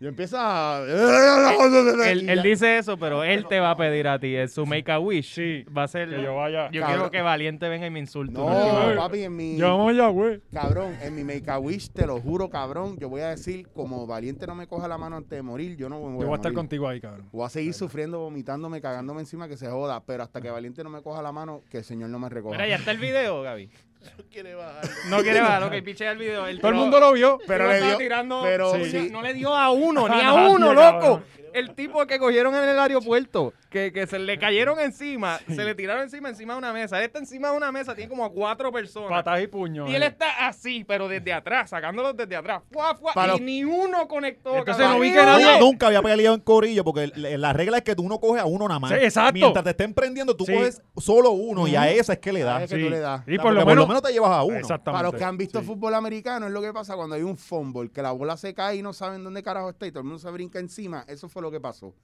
Y empieza a... Él, él dice eso, pero él te va a pedir a ti. Es su make a wish. Sí, Va a ser. que yo yo vaya. quiero que Valiente venga y me insulte. una No, última vez. papi, en mi... Yo vaya, güey. Cabrón, en mi Make a Wish, te lo juro, cabrón, yo voy a decir, como valiente no me coja la mano antes de morir, yo no me voy Yo voy a estar morir. contigo ahí, cabrón. Voy a seguir sufriendo, vomitándome, cagándome encima que se joda, pero hasta que valiente no me coja la mano, que el Señor no me recoja. Mira, ya está el video, Gaby. No quiere bajar. No quiere bajar, ok, piche el video. Él Todo el tiró- mundo lo vio. pero lo le estaba dio- tirando- pero no, sí. no le dio a uno, ni a Nadie, uno, cabrón. loco. El tipo que cogieron en el aeropuerto, que, que se le cayeron encima, se le tiraron encima, encima de una mesa. Él está encima de una mesa, tiene como a cuatro personas. Patas y puños. eh. Y él está así, pero desde atrás, sacándolos desde atrás. Fuá, fuá, Para- y ni uno conectó. Entonces cabrón. no vi Ni que uno. nadie- Yo nunca había peleado en corillo porque el- la regla es que tú no coges a uno nada más. Sí, exacto. Mientras te estén prendiendo, tú Sí. coges solo uno y a esa es que le Ah, das. es que tú le das. Y Porque por lo menos. te llevas a uno. Exactamente. Para los que han visto Sí. fútbol americano, es lo que pasa cuando hay un fumble, que la bola se cae y no saben dónde carajo está y todo el mundo se brinca encima. Eso fue lo que pasó.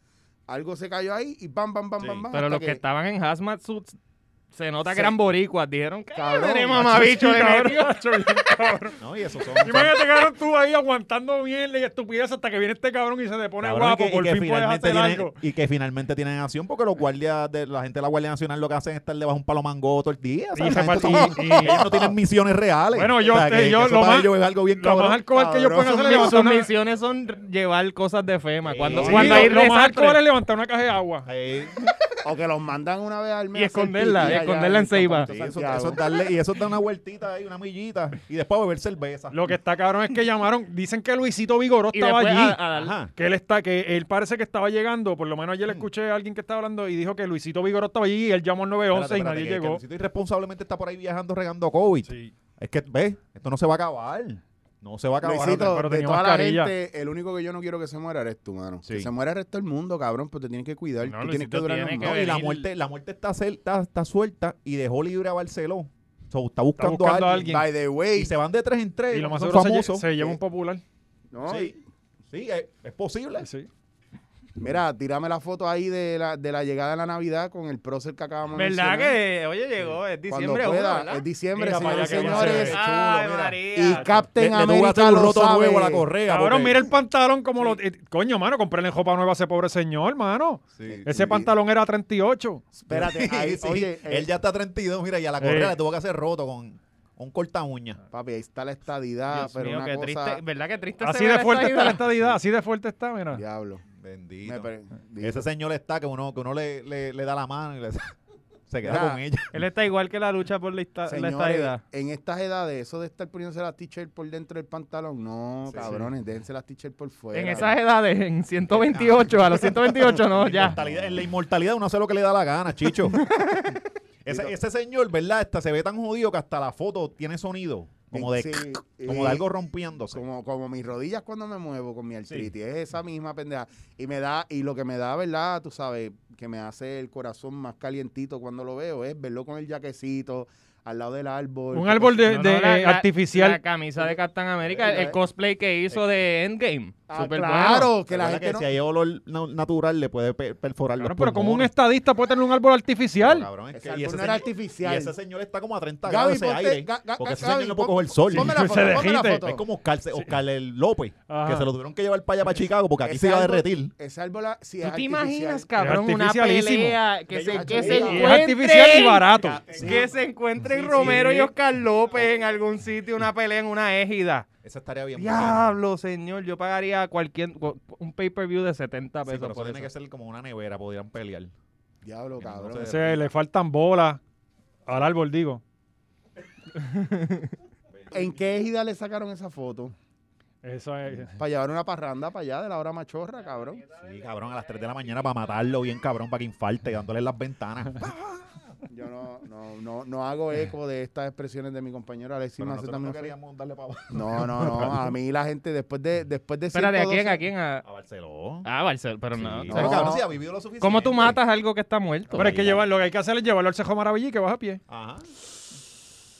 Algo se cayó ahí y bam, bam, bam, bam, bam. Pero hasta los que estaban en hazmat suits, se nota que eran boricuas. Dijeron, ¿qué Cabrón, madre, macho, mamabicho Sí, le cabrón, metió?" macho, bien, cabrón. No, y eso son. Imagínate, cabrón, tú ahí aguantando bien la estupidez hasta que viene este cabrón y se te pone Cabrón, y guapo. que- y por que fin puedes finalmente hacer tienen- algo. y que finalmente tienen acción porque los guardias de la gente de la Guardia Nacional lo que hacen es estar debajo de un palo mango todo el día. o sea, Y esa se gente part- está- y- y- ellos no tienen misiones reales. Bueno, yo- te- yo- eso lo para más- ellos es algo bien Lo cabrón. más alcohol que ellos pueden hacer es Sus mis- levantar sus una... misiones son llevar cosas de FEMA. Cuando, Sí, cuando Sí, hay lo, lo más desastre. alcohol es levantar una caja de agua. Ahí. que- O que los mandan una vez al mes. Y a hacer esconderla, piqui y allá esconderla en Ceiba. Campo Sí, eso, Santiago. eso es darle, y eso es dar una vueltita ahí, una millita, y después beber cerveza. Lo que está cabrón es que llamaron, dicen que Luisito Vigoró Y estaba allí. después a- a darle. Ajá. Que él está, que él parece que estaba llegando, por lo menos Mm. ayer le escuché a alguien que estaba hablando y dijo que Luisito Vigoró estaba allí y él llamó al 911 Espérate, y nadie espérate, que- que llegó. Luisito irresponsablemente está por ahí viajando regando COVID. Sí. Es que, ¿ves? Esto no se va a acabar. No se va a acabar. Luisito, pero Ah, de tenía toda la mascarilla. gente, el único que yo no quiero que se muera eres tú, mano. Sí. Que se muera el resto del mundo, cabrón, pero te tienes que cuidar. No, tú tienes que Luisito durar tiene los que más. No, y la venir. muerte, la muerte está, cel- está, está suelta y dejó libre a Barceló. So, está, buscando buscando a a alguien. alguien. By the way, Y se van de tres en tres. Y lo más son seguro se, lle- famosos. se lleva un popular. ¿no? Sí, sí, es, es posible. Sí. Mira, tírame la foto ahí de la, de la llegada de la Navidad con el prócer que acabamos de ¿Verdad mencionar. que, oye, llegó, es Cuando diciembre, uno, pueda, ¿verdad? es diciembre, Mira para señores y allá que bien se señores. ve. Ay, María. Y Captain Le- le tuvo que hacer América un lo roto sabe. nuevo a la correa. Cabrón, porque- mira el pantalón como lo. eh, Coño, mano, compré en ropa nueva a ese pobre señor, mano. Sí. Ese Sí. pantalón era 38. Espérate, ahí, Sí, oye, eh, él ya está 32, mira, y a la correa Eh. le tuvo que hacer roto con un corta uña. papi, ahí está la estadidad, Dios ah, pero mío, una qué cosa... triste, ¿verdad que Este triste se Así ve de la fuerte está estadidad? la estadidad, así de fuerte está, mira. Diablo. Bendito. Me per- Ese señor está que uno, que uno le, le- le da la mano y le- se queda Mira, con ella. Él está igual que la lucha por la, esta- la Señores, estadidad. en estas edades, eso de estar poniéndose las t-shirts por dentro del pantalón, no, cabrones, déjense las t-shirts por fuera. En esas edades, en 128, a los 128 no, ya. Inmortalidad- en la inmortalidad uno hace lo que le da la gana, chicho. ese, ese señor, ¿verdad? Hasta se ve tan jodido que hasta la foto tiene sonido. Como de, Sí, eh, como de algo rompiéndose. Como, como mis rodillas cuando me muevo con mi artritis, es esa misma pendeja. Y me da, y lo que me da, ¿verdad? Tú sabes, que me hace el corazón más calientito cuando lo veo, es verlo con el jaquecito al lado del árbol. Un árbol de, No, no, de, la- eh, la- artificial. La camisa de Captain America, Eh, el cosplay que hizo de Endgame. Ah, Súper claro, bueno. que la Recuerda gente no... si hay olor na- natural le puede pe- perforar Cabrón, los pero como un pulmones. estadista puede tener un árbol artificial. Cabrón, es Ese que- árbol y, ese no era señor, artificial. y ese señor está como a 30 Gaby, grados ese ponte- aire. Ga- Ga- porque ese Gaby, señor no puede pon- coger sol. ponme la Se foto, ponme la derrite. foto. Es como Oscar, Oscar el López, que Ajá. se lo tuvieron que llevar para allá, para Chicago, porque aquí Ese se iba a árbol- derretir. Ese árbol, ah, sí, es ¿Tú te artificial. imaginas, cabrón, una artificialísimo. pelea que se, que se Y Cabrón. es artificial y encuentren? barato. Que se encuentren Romero y Oscar López en algún sitio, una pelea en una égida. Esa estaría bien. buena. Diablo, señor, yo pagaría cualquier un pay-per-view de 70 Sí, pesos pero eso por tiene que eso. ser como una nevera, podrían pelear. Diablo, cabrón. No sé. Se le faltan bolas al árbol, digo. ¿En qué égida le sacaron esa foto? Eso es. Para llevar una parranda para allá de la hora machorra, cabrón. Sí, cabrón, a las 3 de la mañana para matarlo bien, cabrón, para que infarte, dándole en las ventanas. Yo no, no, no, no hago eco de estas expresiones de mi compañero Alexis Pero Macedo nosotros no también fue- queríamos darle para No, no, no. A mí la gente después de después de Espérate, ¿a 112 quién? ¿A quién? A- A Barcelona. Ah, Barcelona, pero no. Sí, o sea, pero no. cabrón, si ha vivido lo suficiente. ¿Cómo tú matas algo que está muerto? Pero es que llevar, lo que hay que hacer es llevarlo al Cejo Maravillí que vas a pie. Ajá.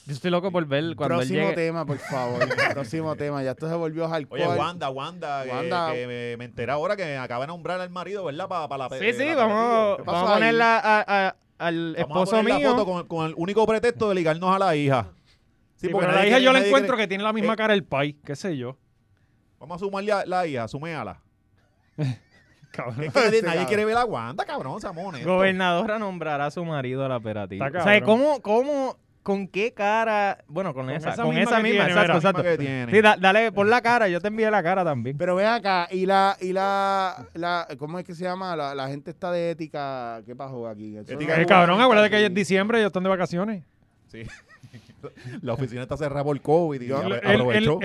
Yo estoy loco por ver cuando él Próximo llegue. tema, por favor. Próximo tema. Ya esto se volvió hardcore. Oye, Wanda, Wanda, que- Wanda. Que, me, me enteré ahora que acaba de nombrar al marido, ¿verdad? Para la Sí, sí, la vamos, pasó apellido. vamos a ahí? ponerla a- a- al Vamos a esposo poner la mío. foto con, con el único pretexto de ligarnos a la hija. Sí, porque pero la nadie hija quiere- eh, yo la nadie encuentro quiere- que tiene la misma Eh. cara el pai, qué sé yo. Vamos a sumarle a la hija, suméala. Cabrón. Este Nadie quiere ver a Wanda, cabrón, seamos honestos. Gobernadora nombrará a su marido a la operativa. Está O sea, cabrón. ¿cómo, cómo, con qué cara? Bueno, con, esa, esa con misma esa que misma, tiene, exacto, mira, exacto. que tiene. Sí, da- dale, por la cara, yo te envié la cara también. Pero ven acá, y la, y la, la, ¿cómo es que se llama? La, la gente está de ética, ¿qué pasó aquí? Eso Ética, no- eh, cabrón, acuérdate que ya es diciembre, ellos están de vacaciones. La oficina está cerrada por COVID y Yo- apro- El- el- aprovechó.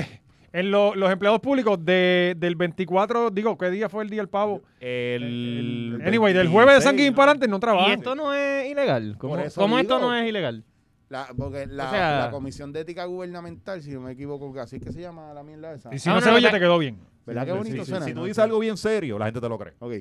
en lo- los empleados públicos de- del 24, digo, ¿qué día fue el día del pavo? El- Anyway, del jueves de San Guillén 26, para adelante no Y trabajan. esto no es ilegal. ¿Cómo, Por eso cómo digo. esto no es ilegal? La, porque la, O sea- la Comisión de Ética Gubernamental, si no me equivoco, así es que se llama la mierda esa. Y si Ah, no, no, se no, oye, no. te quedó bien. ¿Verdad que Sí, bonito sí, sí, suena? Si ¿no? tú dices algo bien serio, la gente te lo cree. Ok.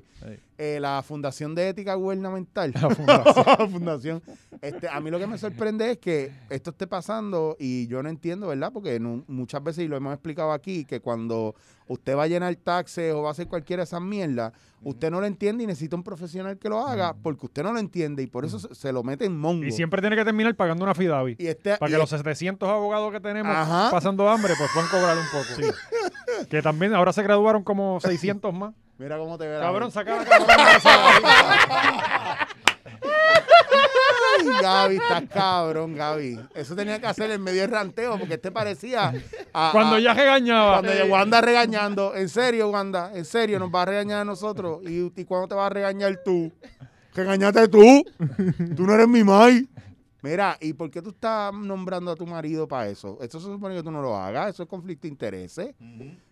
Eh, la Fundación de Ética Gubernamental. La fundación. fundación. Este, a mí lo que me sorprende es que esto esté pasando y yo no entiendo, ¿verdad? Porque nu- muchas veces, y lo hemos explicado aquí, que cuando usted va a llenar taxes o va a hacer cualquiera de esas mierdas, usted no lo entiende y necesita un profesional que lo haga porque usted no lo entiende y por eso se, se lo mete en mongo. Y siempre tiene que terminar pagando una fidavi. Y este- Para y que los 700 abogados que tenemos Ajá. pasando hambre, pues puedan cobrar un poco. Que también ahora se graduaron como 600 más. Mira cómo te ve la Cabrón, saca la cabrona esa de ahí. Ay, Gaby, estás cabrón, Gaby. Eso tenía que hacer en medio del ranteo, porque este parecía a- Cuando a- ya regañaba. cuando llegó Wanda regañando. En serio, Wanda, en serio, nos va a regañar a nosotros. ¿Y, y cuándo te vas a regañar tú? Regañate tú. Tú no eres mi mai. Mira, ¿y por qué tú estás nombrando a tu marido para eso? Esto se supone que tú no lo hagas, eso es conflicto de intereses.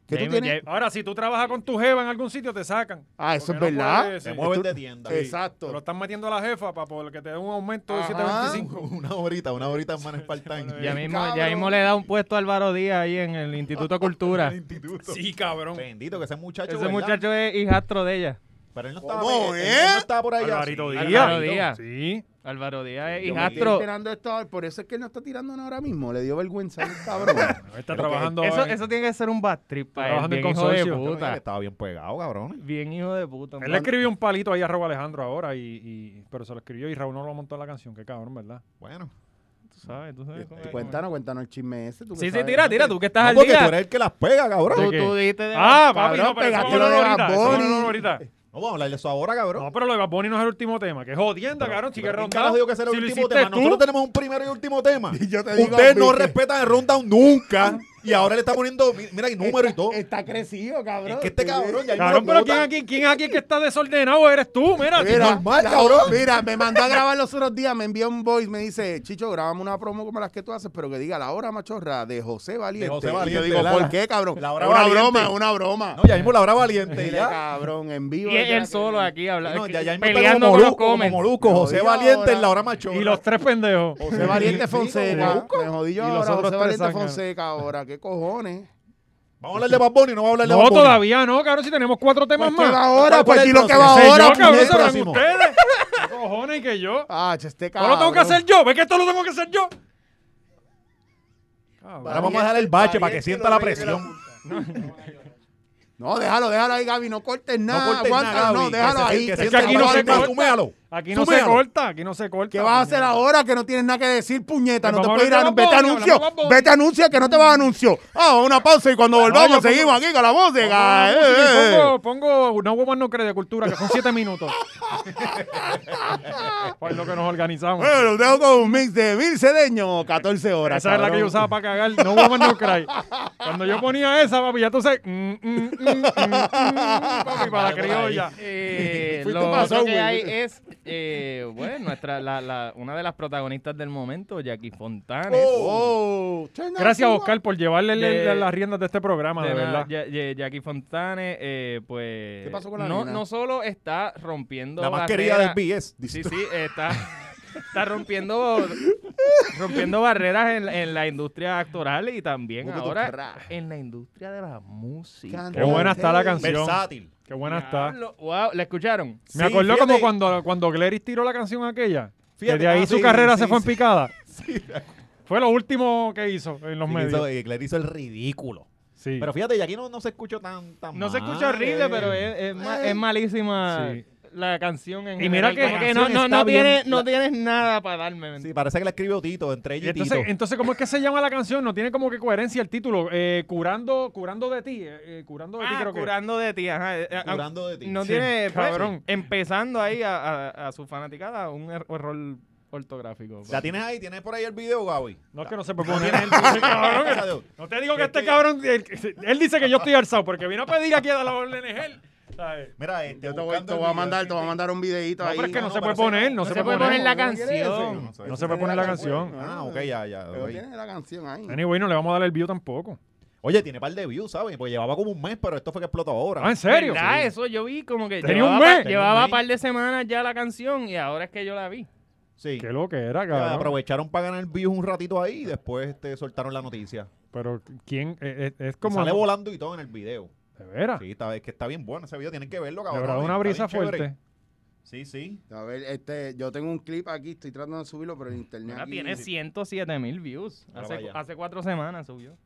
¿Qué tú Jamie, tienes? Ahora, si tú trabajas con tu jeva en algún sitio, te sacan. Ah, eso es Porque no verdad. puedes, sí. Te mueves de tienda. Te lo Exacto. están metiendo a la jefa para por- que te den un aumento de Ajá. 725. Una horita, una horita en Man Spartan. Ya mismo, ya cabrón. mismo le da un puesto a Álvaro Díaz ahí en el Instituto de Cultura. instituto. Sí, cabrón. Bendito que ese muchacho. Ese ¿verdad? muchacho es hijastro de ella. Pero él no estaba, ¿Cómo, él, eh? él no estaba por allá. Alvarito Sí. Díaz. Alvarito Díaz. Sí. Álvaro Díaz es Yo me Estoy hijastro. esperando esto, por eso es que él no está tirando nada ahora mismo. Le dio vergüenza al cabrón. Está trabajando. Eso, en- eso tiene que ser un bad trip para él. Trabajando en Bien hijo de consorcio. Mira, puta. Estaba bien pegado, cabrón. Bien hijo de puta. Él le escribió un palito ahí a Raúl Alejandro ahora, y, y- pero se lo escribió y Raúl no lo montó en la canción. Qué cabrón, ¿verdad? Bueno. Tú sabes, tú sabes cómo es. Este, cuéntanos, cuéntanos el chisme ese. tú que Sí, sí, sabes. tira, tira. Tú que estás No, al porque tú día. eres el que las pega, cabrón. ¿De Tú, qué? tú dijiste de- Ah, Cabrón, papi, no, pero eso pegaste vamos a lo de hablar ahorita, Bad eso vamos a Bunny. hablar ahorita. No, vamos a hablar de eso ahora, cabrón. No, pero lo de Bad Bunny no es el últiimo tema. Que jodienda, cabrón. Si que ¿Quién ronda. carajo dijo que ese era el si lo último hiciste tema? tú, Nosotros tenemos un primero y último tema. Y yo te digo, Ustedes no Enrique. respetan el rundown nunca. Y ahora le está poniendo, mi- mira, y número y todo. Es Está crecido, cabrón. que este cabrón ya Cabrón, no lo pero ¿quién votan. aquí, quién aquí que está desordenado eres tú? Mira, Mira, normal, la- cabrón. Mira, me mandó a grabar los otros días, me envió un voice, me dice, Chicho, grabamos una promo como las que tú haces, pero que diga la hora machorra de José Valiente. De José Y Valiente, yo digo, la- ¿por qué, cabrón? la hora Es una valiente. broma, es una broma. No, ya mismo la habrá valiente. y Dile, ya. cabrón, en vivo. Y es ya él que- solo aquí habla, No, ya, ya mismo está peleando como con los Molusco, como comments. Molusco, Me José jodí Valiente ahora. en la hora macho. y los tres pendejos. José Valiente Fonseca. Molusco. Me jodí yo Y los ahora, otros José tres Valiente zánganos. Fonseca ahora, ¿qué cojones? Vamos a hablar de Bad Bunny, no vamos a hablar de Bad No, Bunny. todavía no, cabrón. Si tenemos cuatro temas ¿Qué va más. ahora? ¿Cuál- cuál Pues es di el lo que va próximo? Sé ahora, yo, cabrón, puñeta, sabrán Simón. ustedes. ¿Qué cojones que yo? Ah, este No cabrón. lo tengo que hacer yo. ¿Ves que esto lo tengo que hacer yo? Cabrón. Ahora vamos a dejar el bache para que sienta la presión. No, déjalo, déjalo ahí, Gaby, no cortes nada. cortes aguántalo, no, nada, Gaby, déjalo que se- ahí. que Es que Siéntalo, aquí no se siéntalo, corta. tuméalo. Aquí no se Tuméalo. corta. Aquí no se corta. ¿Qué vas a hacer ahora que no tienes nada que decir, puñeta? No Pues te vamos puedes ir a a... hablar de Vete a Bad Bunny, anuncio, hablamos de Bad Bunny. vete a anuncio, que no te vas a anuncio. Ah, una pausa y cuando volvamos yo pongo- seguimos aquí con la voz de... Ga- Pongo música y eh, eh. Pongo, pongo una woman no cree de cultura, que son siete minutos. Pues lo que nos organizamos. Bueno, los dejo con un mix de Mil Cedeño, 14 horas. Esa es la que yo cabrón. usaba para cagar. No woman no cry. Cuando yo ponía esa, papi, ya tú sabes. mm, mm, mm, mm, mm, papi, para la criolla. Eh, Fuiste lo pasado, otro que güey. hay es, eh, bueno, nuestra, la, la- una de las protagonistas del momento, Jackie Fontanes. Oh, turn up Gracias, the Oscar, por llevarle el- De- la- las riendas de este programa, de, De nada, verdad. Ya- ya- Jackie Fontanes, eh, pues. ¿Qué pasó con la no, nena? no solo está rompiendo. La más barreras- querida del BS. Sí, sí, eh, está, está rompiendo rompiendo barreras en, en la industria actoral y también Poco tu ahora tra- en la industria de la música. Canta. Qué buena está la Hey. canción. Versátil. Qué buena está. Diablo, Wow, ¿la escucharon? Me Sí, acordó fíjate. como cuando, cuando Gleris tiró la canción aquella. que Fíjate, de ahí ah, su sí, carrera sí, se fue sí. en picada. Fue lo último que hizo en los Sí, que medios. hizo- eh, que le hizo el ridículo. Sí. Pero fíjate, y aquí no, no se escuchó tan, tan No se mal, escucha horrible, eh. pero es, es ma- es malísima. Sí. la canción en Y mira general, que- como que canción no- no- está no bien- tiene- no tienes nada para darme. ¿me Sí, parece que la escribió Tito, entre Y ella y Tito. entonces, entonces, ¿cómo es que se llama la canción? No tiene como que coherencia el título. Eh, curando, curando de ti. eh, eh, curando de ti, Ah, creo que. curando de ti, ajá. Eh, eh, ah, Curando de ti. No Sí, tiene, pues, cabrón. Empezando ahí a, a- a su fanaticada un er- error ortográfico. ¿La tienes ahí? ¿Tienes por ahí el video, Gaby? No es que no se propone. Gracias a Dios. No te digo que este cabrón. Él, él dice que yo estoy alzado porque vino a pedir aquí a la orden él. ¿sabes? Mira, este, Yo te voy, buscando te el voy a video, mandar, te voy a gente- mandar un videito No, ahí. pero es que no, no, se puede parece que poner. No, no se, se puede puede poner. poner la canción. No se puede poner la canción. Ah, ok, ya, ya. Pero ok. tiene la canción ahí. Anyway, no le vamos a dar el view tampoco. Oye, tiene par de views, ¿sabes? Porque llevaba como un mes, pero esto fue que explotó ahora. Ah, ¿en serio? ¿Verdad? Sí. Eso yo vi como que Tenía llevaba, un mes. par- llevaba par de semanas ya la canción y ahora es que yo la vi. Sí. Qué lo que era, Ya, cabrón. aprovecharon para ganar views un ratito ahí y después este, soltaron la noticia. Pero quién Eh, eh, es como Sale volando y todo en el video. de veras. Sí, está, es que está bien bueno ese video, tienen que verlo, De cabrón. verdad, una Está bien brisa chévere. fuerte. Sí, sí. A ver, este, yo tengo un clip aquí, estoy tratando de subirlo, pero el internet. Mira, aquí- tiene 107 mil views. Ahora Hace, vaya. hace cuatro semanas subió.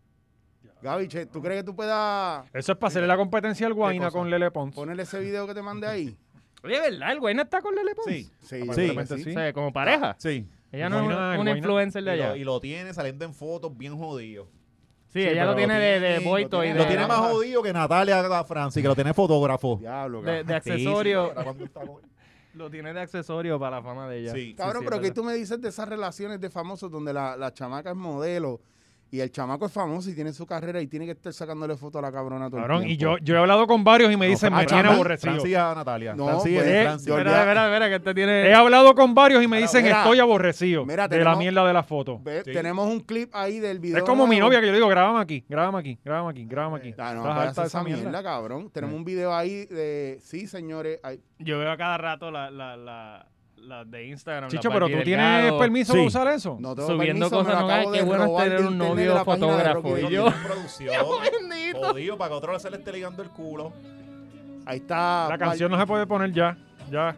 Gaby, che, ¿tú crees que tú puedas Eso es para hacerle la competencia al Guaina cosa? con Lele Pons. ponerle ese video que te mandé ahí? Oye, ¿verdad? El güey no está con Lele Pons. Sí. Ah, Sí, Sí. sí, sí. O sea, como pareja. Sí. Ella no es Guayna, una, una Guayna. influencer de Y allá. Eh, lo, y lo tiene saliendo en fotos bien jodido. sí, ella lo pero tiene lo de, de tiene- boy lo toy, tiene- de, Lo tiene más Ajá. jodido que Natalia Francis, que lo tiene fotógrafo. Diablo, de- cabrón. de accesorio. Sí, sí, cuando está con- Lo tiene de accesorio para la fama de ella. Sí. Cabrón, sí, pero es ¿qué verdad. tú me dices de esas relaciones de famosos donde la, la chamaca es modelo y el chamaco es famoso y tiene su carrera y tiene que estar sacándole fotos a la cabrona todo el Cabrón, y yo, tiempo? yo he hablado con varios y me dicen, Ah, me tiene Fran- aborrecido. Francis a Natalia. No, Francis, pues, es Francis. yo- Espera, espera, espera, que este tiene... He hablado con varios y me dicen, mira, estoy aborrecido mira, de la tenemos- mierda de la foto. Ve, Sí. Tenemos un clip ahí del video. Es como mi nuevo. novia que yo le digo, grábame aquí, grábame aquí, grábame aquí, grábame aquí. Ah, no, Estás para harta de esa mierda, cabrón. Tenemos un video ahí de. Sí, señores. ahí- Yo veo a cada rato la, la, la, la de Instagram. Chicho, la pero Barbie tú tienes Delgado, permiso Sí. para usar eso. No tengo Subiendo permiso, me lo cosas, no acabo ay, qué de bueno es robar tener de un internet de novio la página de fotógrafo. Rocky Y Lo Del yo- tiene en producción. bendito. Jodido, para que otro se le esté ligando el culo. Ahí está. La canción no se puede poner ya, ya.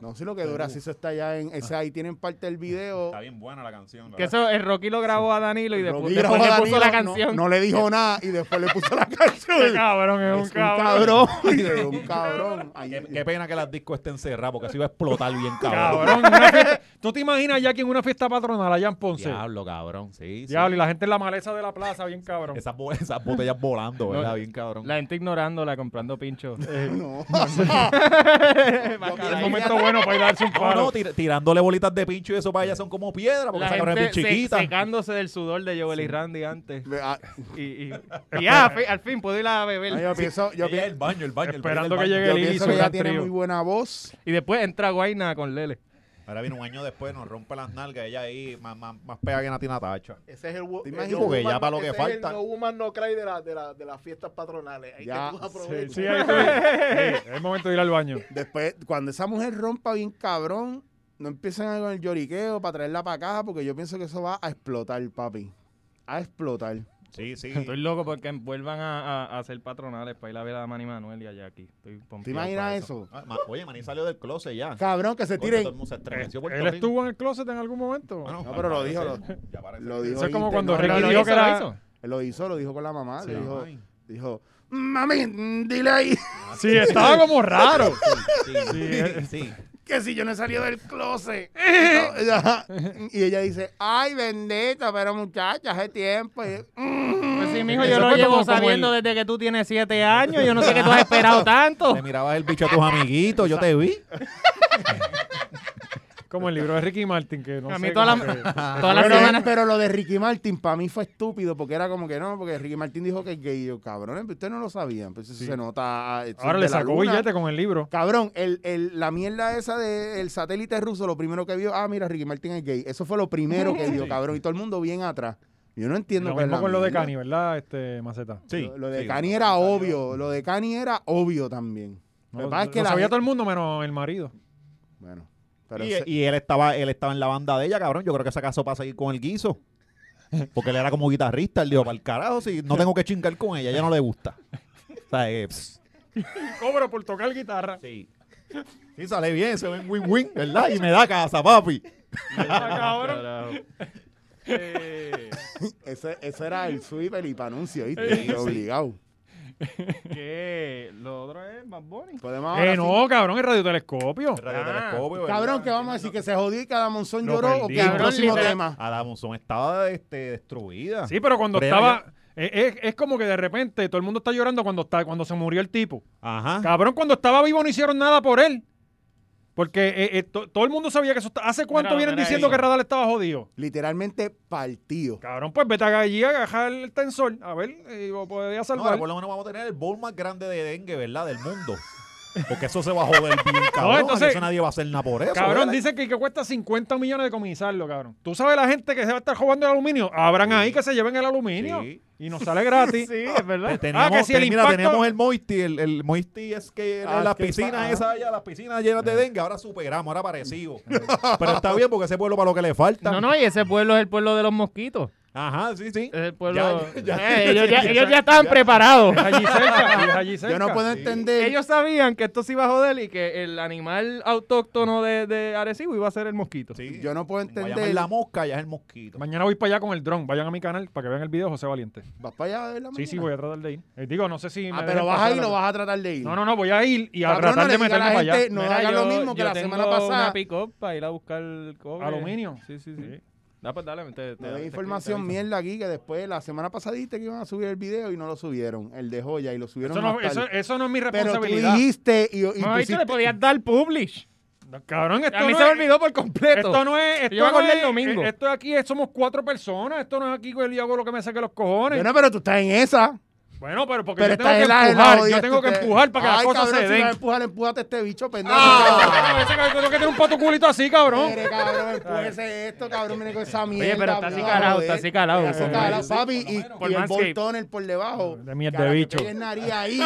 No sé lo que dura, si eso está ya en. Ese, ahí tienen parte del video. Está bien buena la canción. la Que verdad. eso, el Rocky lo grabó a Danilo y despu- Rocky después, grabó le a puso la Danilo, no- canción. No, le dijo nada y después le puso la canción. Qué cabrón, Es es un cabrón. y de un cabrón. Ay, Qué, qué pena que las discos estén cerradas porque así va a explotar bien, cabrón. Cabrón, una fiesta- ¿Tú te imaginas ya que en una fiesta patronal allá en Ponce? Diablo, Diablo, cabrón. Sí, sí. y la gente en la maleza de la plaza, bien cabrón. Esas, bo- esas botellas volando, ¿verdad? Bien, cabrón. La gente ignorándola, comprando pinchos. no. Es un momento bueno para ir a darse un No, paro. no, tir- tirándole bolitas de pincho y eso para allá son como piedra porque la esa cabrona gente es bien se- chiquita. secándose del sudor de Joel y Randy antes. Ve, ah, Y, y, y ya, al fin- al fin puedo ir a no, beber. yo pienso, yo Ella es pienso, el baño, el baño. el baño Esperando del que baño. llegue yo el pienso iliso, que ella gran tiene trío. muy buena voz. Y después entra Guaina con Lele. Ahora viene un año después, nos rompe las nalgas. Ella ahí más, más, más pega que Natina Tacha. Ese es el ¿Te wo- imaginas? el no Porque ya woman- para lo que ese es el falta. No woman no cry de, la, de, la, de las fiestas patronales. Ahí Ya, que tú Sí, aprovechas. sí, ahí estoy. Sí, es momento de ir al baño. Después, cuando esa mujer rompa bien cabrón, no empiecen con el lloriqueo para traerla para acá, porque yo pienso que eso va a explotar, papi. A explotar. Sí, sí. Estoy loco porque vuelvan a, a, a ser patronales para ir a ver a Manny Manuel y allá aquí. Estoy ¿Te pompeado imaginas para eso? Ah, ma- Oye, Maní salió del closet ya. Cabrón, que se Porque todo tiren. el mundo se estremeció por Eh, Él estuvo en el closet en algún momento. No, pero lo dijo, lo- Lo dijo Eso es como Inter- cuando no, Ricky no, no, dijo que era- Lo hizo, lo dijo con la mamá. Sí. le dijo, Ay. dijo, mami, mm, dile ahí Sí, estaba como raro. Sí, sí, sí. que si yo no he salido del closet. y ella dice, ay, bendito, pero muchacha, hace tiempo. Y- mm, Pues sí, mijo, Eso yo lo fue como- llevo como sabiendo desde que tú tienes siete años. Yo no sé que tú has esperado tanto. Le mirabas el bicho a tus amiguitos, yo te vi. Como el libro de Ricky Martin, que no A sé, mí todas como las- que- Todas las pero, semanas. pero lo de Ricky Martin para mí fue estúpido porque era como que no, porque Ricky Martin dijo que es gay. Y yo, cabrones, pero ustedes no lo sabían. Pues eso se nota. eso Ahora es le de la sacó luna. billete con el libro. Cabrón, el, el- la mierda esa del satélite ruso, lo primero que vio, ah, mira, Ricky Martin es gay. Eso fue lo primero que vio, cabrón. Y todo el mundo bien atrás. Yo no entiendo. Lo cuál es mismo la con lo de mierda. Cani, ¿verdad, este Maceta? Sí. Lo, lo de sí. Cani era obvio. Lo de Cani era obvio también. Lo que No, pasa es que lo la sabía gente- todo el mundo menos el marido. Bueno, pero y, ese- y él estaba él estaba en la banda de ella, cabrón. Yo creo que se casó para seguir con el guiso. Porque él era como guitarrista. Él dijo, para el carajo, si no tengo que chingar con ella, ella no le gusta. O sea, eh, pss. Cobro por tocar guitarra. sí. Sí, sale bien, se ven win-win, ¿verdad? Y me da casa, papi. Ah, ese, ese era el sweeper y para anuncio, ¿viste? Obligado. ¿Qué? Lo otro es Bad Bunny. Podemos ahora Eh, sí- no, cabrón, el radiotelescopio. Radiotelescopio, Cabrón, ¿verdad? que vamos a decir que se jodió y que Adamonzón Lo pues, lloró o perdí. que el Cabrón, próximo literal. tema. Adamson estaba este, destruida. Sí, pero cuando Pero era estaba. eh, Es, es como que de repente todo el mundo está llorando cuando, está, cuando se murió el tipo. Ajá. Cabrón, cuando estaba vivo no hicieron nada por él. Porque eh, eh, to- todo el mundo sabía que eso está- ¿Hace cuánto Mira, vienen mira diciendo eso. que Radal estaba jodido? Literalmente partido. Cabrón, pues vete allí a agarrar el tensor. A ver, eh, lo podía No, ahora salvar. por lo menos vamos a tener el bowl más grande de dengue, ¿verdad? Del mundo. Porque eso se va a joder bien, cabrón. entonces- eso nadie va a hacer nada por eso. Cabrón, ¿verdad? dicen que, que cuesta 50 millones de comisarlo, cabrón. ¿Tú sabes la gente que se va a estar robando el aluminio? Habrán ahí que se lleven el aluminio Sí. y nos sale gratis. Sí, es verdad. Teníamos, Ah, que si el ten- mira, impacto- teníamos el Moisty, el, el Moisty es que Ah, las es que- piscinas ah. Eh. esas allá, las piscinas llenas de dengue, ahora superamos, ahora parecido. Pero está bien porque ese pueblo para lo que le falta. No, no, y ese pueblo es el pueblo de los mosquitos. Ajá, sí, sí. Es el pueblo. Ya, ya, Eh, ellos, ya, ellos ya estaban preparados. Allí cerca, y es allí cerca. Yo no puedo entender. Ellos sabían que esto se iba a joder y que el animal autóctono de, de Arecibo iba a ser el mosquito. Sí. Yo no puedo Como llaman entender. la mosca, ya es el mosquito. Mañana voy para allá con el dron. Vayan a mi canal para que vean el video, José Valiente. ¿Vas para allá de la Sí, sí, mañana? voy a tratar de ir. Eh, digo, no sé si. Ah, me pero dejen vas pasar a ir la- o vas a tratar de ir. No, no, no, voy a ir y a Cabrón, tratar no de le diga a meterme la para allá. gente, No hagan lo mismo que la semana pasada. una pick-up para ir a buscar cobre. Aluminio. Sí, sí, sí. Ah, pues dale, te- te- Me te- da te- información te- te- mierda aquí que después la semana pasada dijiste que iban a subir el video y no lo subieron, el de joya y lo subieron Eso no, más tarde. eso- eso no es mi pero tú responsabilidad. dijiste y, y No, y tú pusiste- le podías dar publish. No, Cabrón, esto A mí no se me es- olvidó por completo. Esto no es. Esto Yo me no acordé el es- domingo. eh, Esto aquí es- somos cuatro personas. Esto no es aquí que yo hago lo que me saque los cojones. Bueno, pero tú estás en esa. bueno, pero porque Pero yo tengo que estás en la en la empujar. jodida, Yo tengo tú que te- empujar para que las este Ay, cosas cabrón, se si den. vas a empujar, empújate este bicho, pendejo. Ah, ese cabrón, tú que tienes un pato culito así, cabrón. Mire, cabrón, empújese esto, cabrón, mire con esa mierda. pero está así bla, calado, joder. está así calado, Está así por calado, Manscaped. papi, y, Por y el Manscaped. boltoner por debajo. De mierda Cara, de que bicho. pegue el nariz ahí.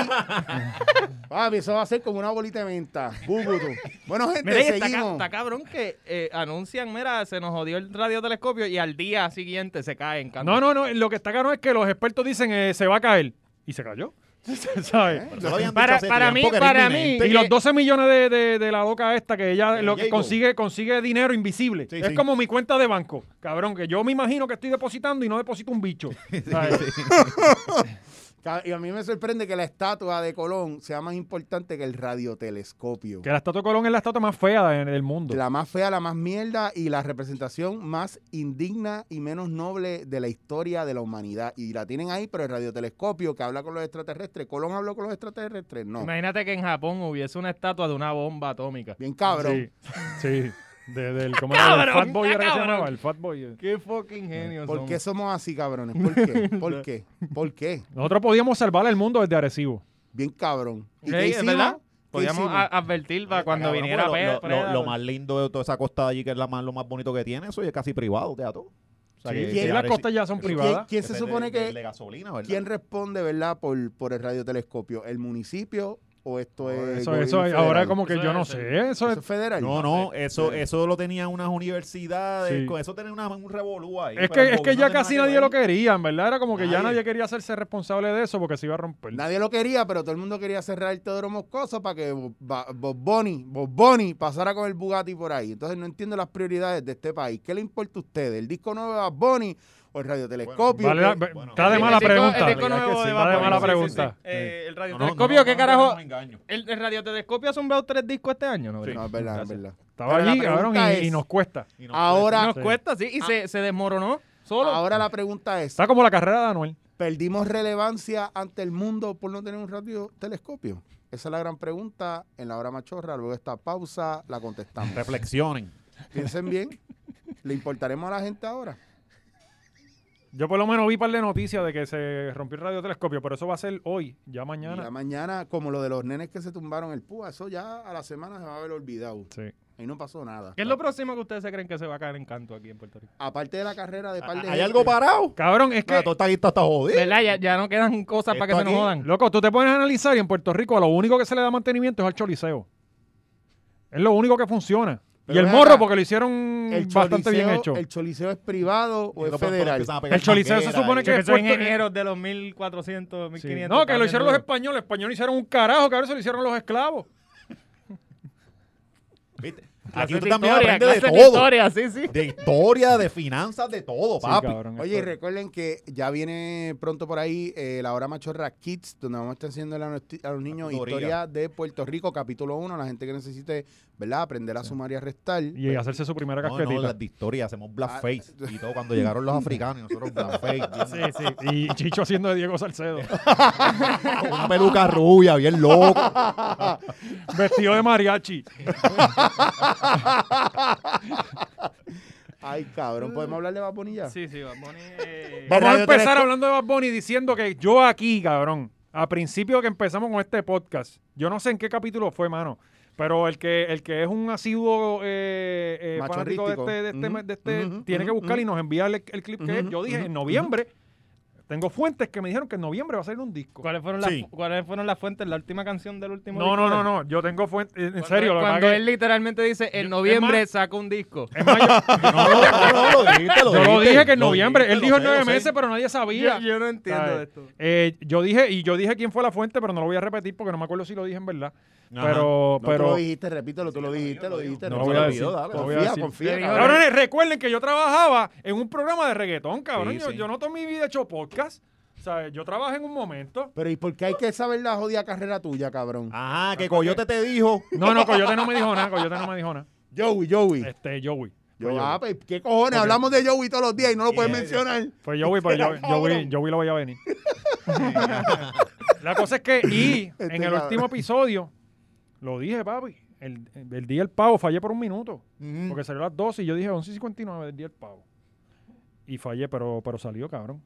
papi, eso va a ser como una bolita de menta. Búbuto. Bueno, gente, Mira, y está, ca- seguimos. está cabrón que eh, anuncian, mira, se nos jodió el radiotelescopio y al día siguiente se caen. canto. No, no, no. Lo que está caro es que los expertos dicen eh, se va a caer. Y se cayó. ¿Sabes? Eso lo habían Para- dicho hace para tiempo mí- que era para mí- inminente. Y Sí. los 12 millones de, de- de la loca esta que ella De lo que Jago. consigue consigue dinero invisible. Sí, es sí. como mi cuenta de banco, cabrón, que yo me imagino que estoy depositando y no deposito un bicho. ¿sabes? Ca- Y a mí me sorprende que la estatua de Colón sea más importante que el radiotelescopio. Que la estatua de Colón es la estatua más fea de- del mundo. La más fea, la más mierda y la representación más indigna y menos noble de la historia de la humanidad. Y la tienen ahí, pero el radiotelescopio que habla con los extraterrestres. ¿Colón habló con los extraterrestres? No. Imagínate que en Japón hubiese una estatua de una bomba atómica. Bien cabrón. Sí, sí. De- del, ¿cómo era? Del Cabrón, Fat Boy era que se cabrón. llamaba, el Fat Boy. eh. Qué fucking genio ¿Por qué somos así, cabrones? ¿Por qué? ¿Por qué? ¿Por qué? Nosotros podíamos salvar el mundo desde Arecibo. Bien cabrón. ¿Y qué Sí, hicimos? ¿verdad? ¿Qué Podíamos hicimos? a- advertir para cuando Cabrón, viniera porque Pe- lo, lo- lo- Preda. lo más lindo de toda esa costa de allí, que es la más, lo más bonito que tiene, eso y es casi privado, te todo. O sea, Sí, que- sí, que las Areci- costas ya son ¿Y quién- privadas. ¿Quién se depende supone de- que, de la gasolina, ¿verdad? ¿Quién responde, verdad, por, por el radiotelescopio? ¿El municipio o esto es. Eso, gobierno eso es- federal? ahora como que Eso yo es- no sé. Eso ¿Eso es, es federal. No, no, eh, eso, eso lo tenían unas universidades, Sí. con eso tenía una, un revolú ahí. es pero el que, es que gobierno ya no tiene casi nada que nadie lo ver. quería, en verdad. Era como que ya Nadie. nadie quería hacerse responsable de eso porque se iba a romper. Nadie lo quería, pero todo el mundo quería cerrar el Teodoro Moscoso para que Bo- Ba- Bob Bunny, Bob Bunny pasara con el Bugatti por ahí. Entonces no entiendo las prioridades de este país. ¿Qué le importa a ustedes? ¿El disco nuevo de Bob Bunny o el radiotelescopio? Vale, la- ¿Qué- Bueno, está de el mala disco- el pregunta. disco nuevo Está de de Bad Bunny, mala sí, sí, sí. pregunta. Eh, el No, no, no, radiotelescopio, no, ¿qué no, carajo? no, no, engaño. El, el radiotelescopio ha zumbado tres discos este año, ¿no? No, es verdad, es verdad. Estaba Pero la allí, cabrón, pregunta y, es- y nos cuesta. Y no Ahora, Nos cuesta, sí, Ah. y se, se desmoronó solo. ahora la pregunta es, Está como la carrera de Anuel. ¿perdimos relevancia ante el mundo por no tener un radiotelescopio? Esa es la gran pregunta en la hora machorra. Luego de esta pausa la contestamos. pues, Reflexionen. Piensen bien. ¿Le importaremos a la gente ahora? Yo por lo menos vi par de noticias de que se rompió el radiotelescopio, pero eso va a ser hoy, ya mañana. Ya mañana, como lo de los nenes que se tumbaron el púa, eso ya a la semana se va a haber olvidado. Sí. Ahí no pasó nada. ¿Qué es lo próximo que ustedes se creen que se va a caer en canto aquí en Puerto Rico? Aparte de la carrera de Este par de ¿Hay gente, algo parado? Ah, Cabrón, es que, La tosta está jodida. ¿Verdad? Ya, ya no quedan cosas para que Esto se nos aquí- jodan. loco, tú te pones a analizar y en Puerto Rico a lo único que se le da mantenimiento es al choliseo. Es lo único que funciona. Pero y el ven morro, acá, porque lo hicieron el bastante choliseo- bien hecho. ¿El choliseo es privado o Y es de pronto federal? empiezan a pegar El choliseo se manguera supone y- que Que es son Puerto- ingenieros de los 1400, 1500. No, que lo también hicieron los duro. españoles. Los españoles hicieron un carajo, cabrón, se lo hicieron los esclavos. ¿Viste? Aquí Clases tú de también historia, aprendes de clases de todo. historia, sí, sí. De historia, de finanzas, de todo, papi. cabrón, Oye, y esto- recuerden que ya viene pronto por ahí eh, la hora machorra Kids, donde vamos a estar enseñándole a, nuestro- a los niños Categoría. historia de Puerto Rico, capítulo 1, la gente que necesite, ¿verdad? Aprender a sumar y a restar. Y hacerse su primera No, no, casquetita. las de historia, hacemos blackface Ah, y todo. Cuando llegaron los africanos, nosotros blackface. Sí, sí. Y Chicho haciendo de Diego Salcedo. Una peluca rubia, bien loco. vestido de mariachi. Ay, cabrón, ¿podemos hablar de Bad Bunny ya? Sí, sí, Bad Bunny, eh, Vamos a Radio empezar Telesco- hablando de Bad Bunny diciendo que yo aquí, cabrón, a principio que empezamos con este podcast, yo no sé en qué capítulo fue, mano, pero el que, el que es un asiduo eh, eh, fanático de Machorrístico. este, de este, de este ujú, tiene que ujú, buscar y nos envía el, el clip que es. ujú, Yo dije, ujú, en noviembre, tengo fuentes que me dijeron que en noviembre va a salir un disco. ¿cuáles, fueron las, Sí. ¿Cuáles fueron las fuentes? ¿La última canción del último No, disco? no, no, no, yo tengo fuentes, en serio. lo que Cuando pasa él literalmente dice, en Yo- noviembre es saca un disco. que- es más, yo- No, no, no, no, lo dijiste, lo yo lo dijiste, dije que en lo noviembre, dijiste, él lo dijo en sé, lo nueve sé. meses, pero nadie sabía. no ¿sabes? Eh, yo dije, y yo dije quién fue la fuente, pero no lo voy a repetir porque no me acuerdo si lo dije en verdad. Ajá. Pero, No, tú pero. lo dijiste, repítelo, tú lo dijiste, lo dijiste. No repítelo. lo voy a decir, dale, no lo voy a Confía, decir. confía, cabrón. Cabrones, recuerden que yo trabajaba en un programa de reggaetón, cabrón. Sí, yo, sí. yo no toda mi vida he hecho podcast. O sea, yo trabajé en un momento. Pero ¿y por qué hay que saber la jodida carrera tuya, cabrón? Ajá, que Coyote te dijo. No, no, Coyote no me dijo nada, Coyote no me dijo nada. Joey, Joey. Este, Joey. Yo, ah, pues, ¿qué cojones? Hablamos de Joey todos los días y no lo puedes mencionar. Fue Joey, pero Joey, Joey, Joey lo pues voy a venir. La cosa es que, y Este en el cabrón. último episodio, lo dije, papi, el, el día del pavo fallé por un minuto. Porque salió a las 12 y yo dije 11.59 del día del pavo. Y fallé, pero, pero salió, cabrón.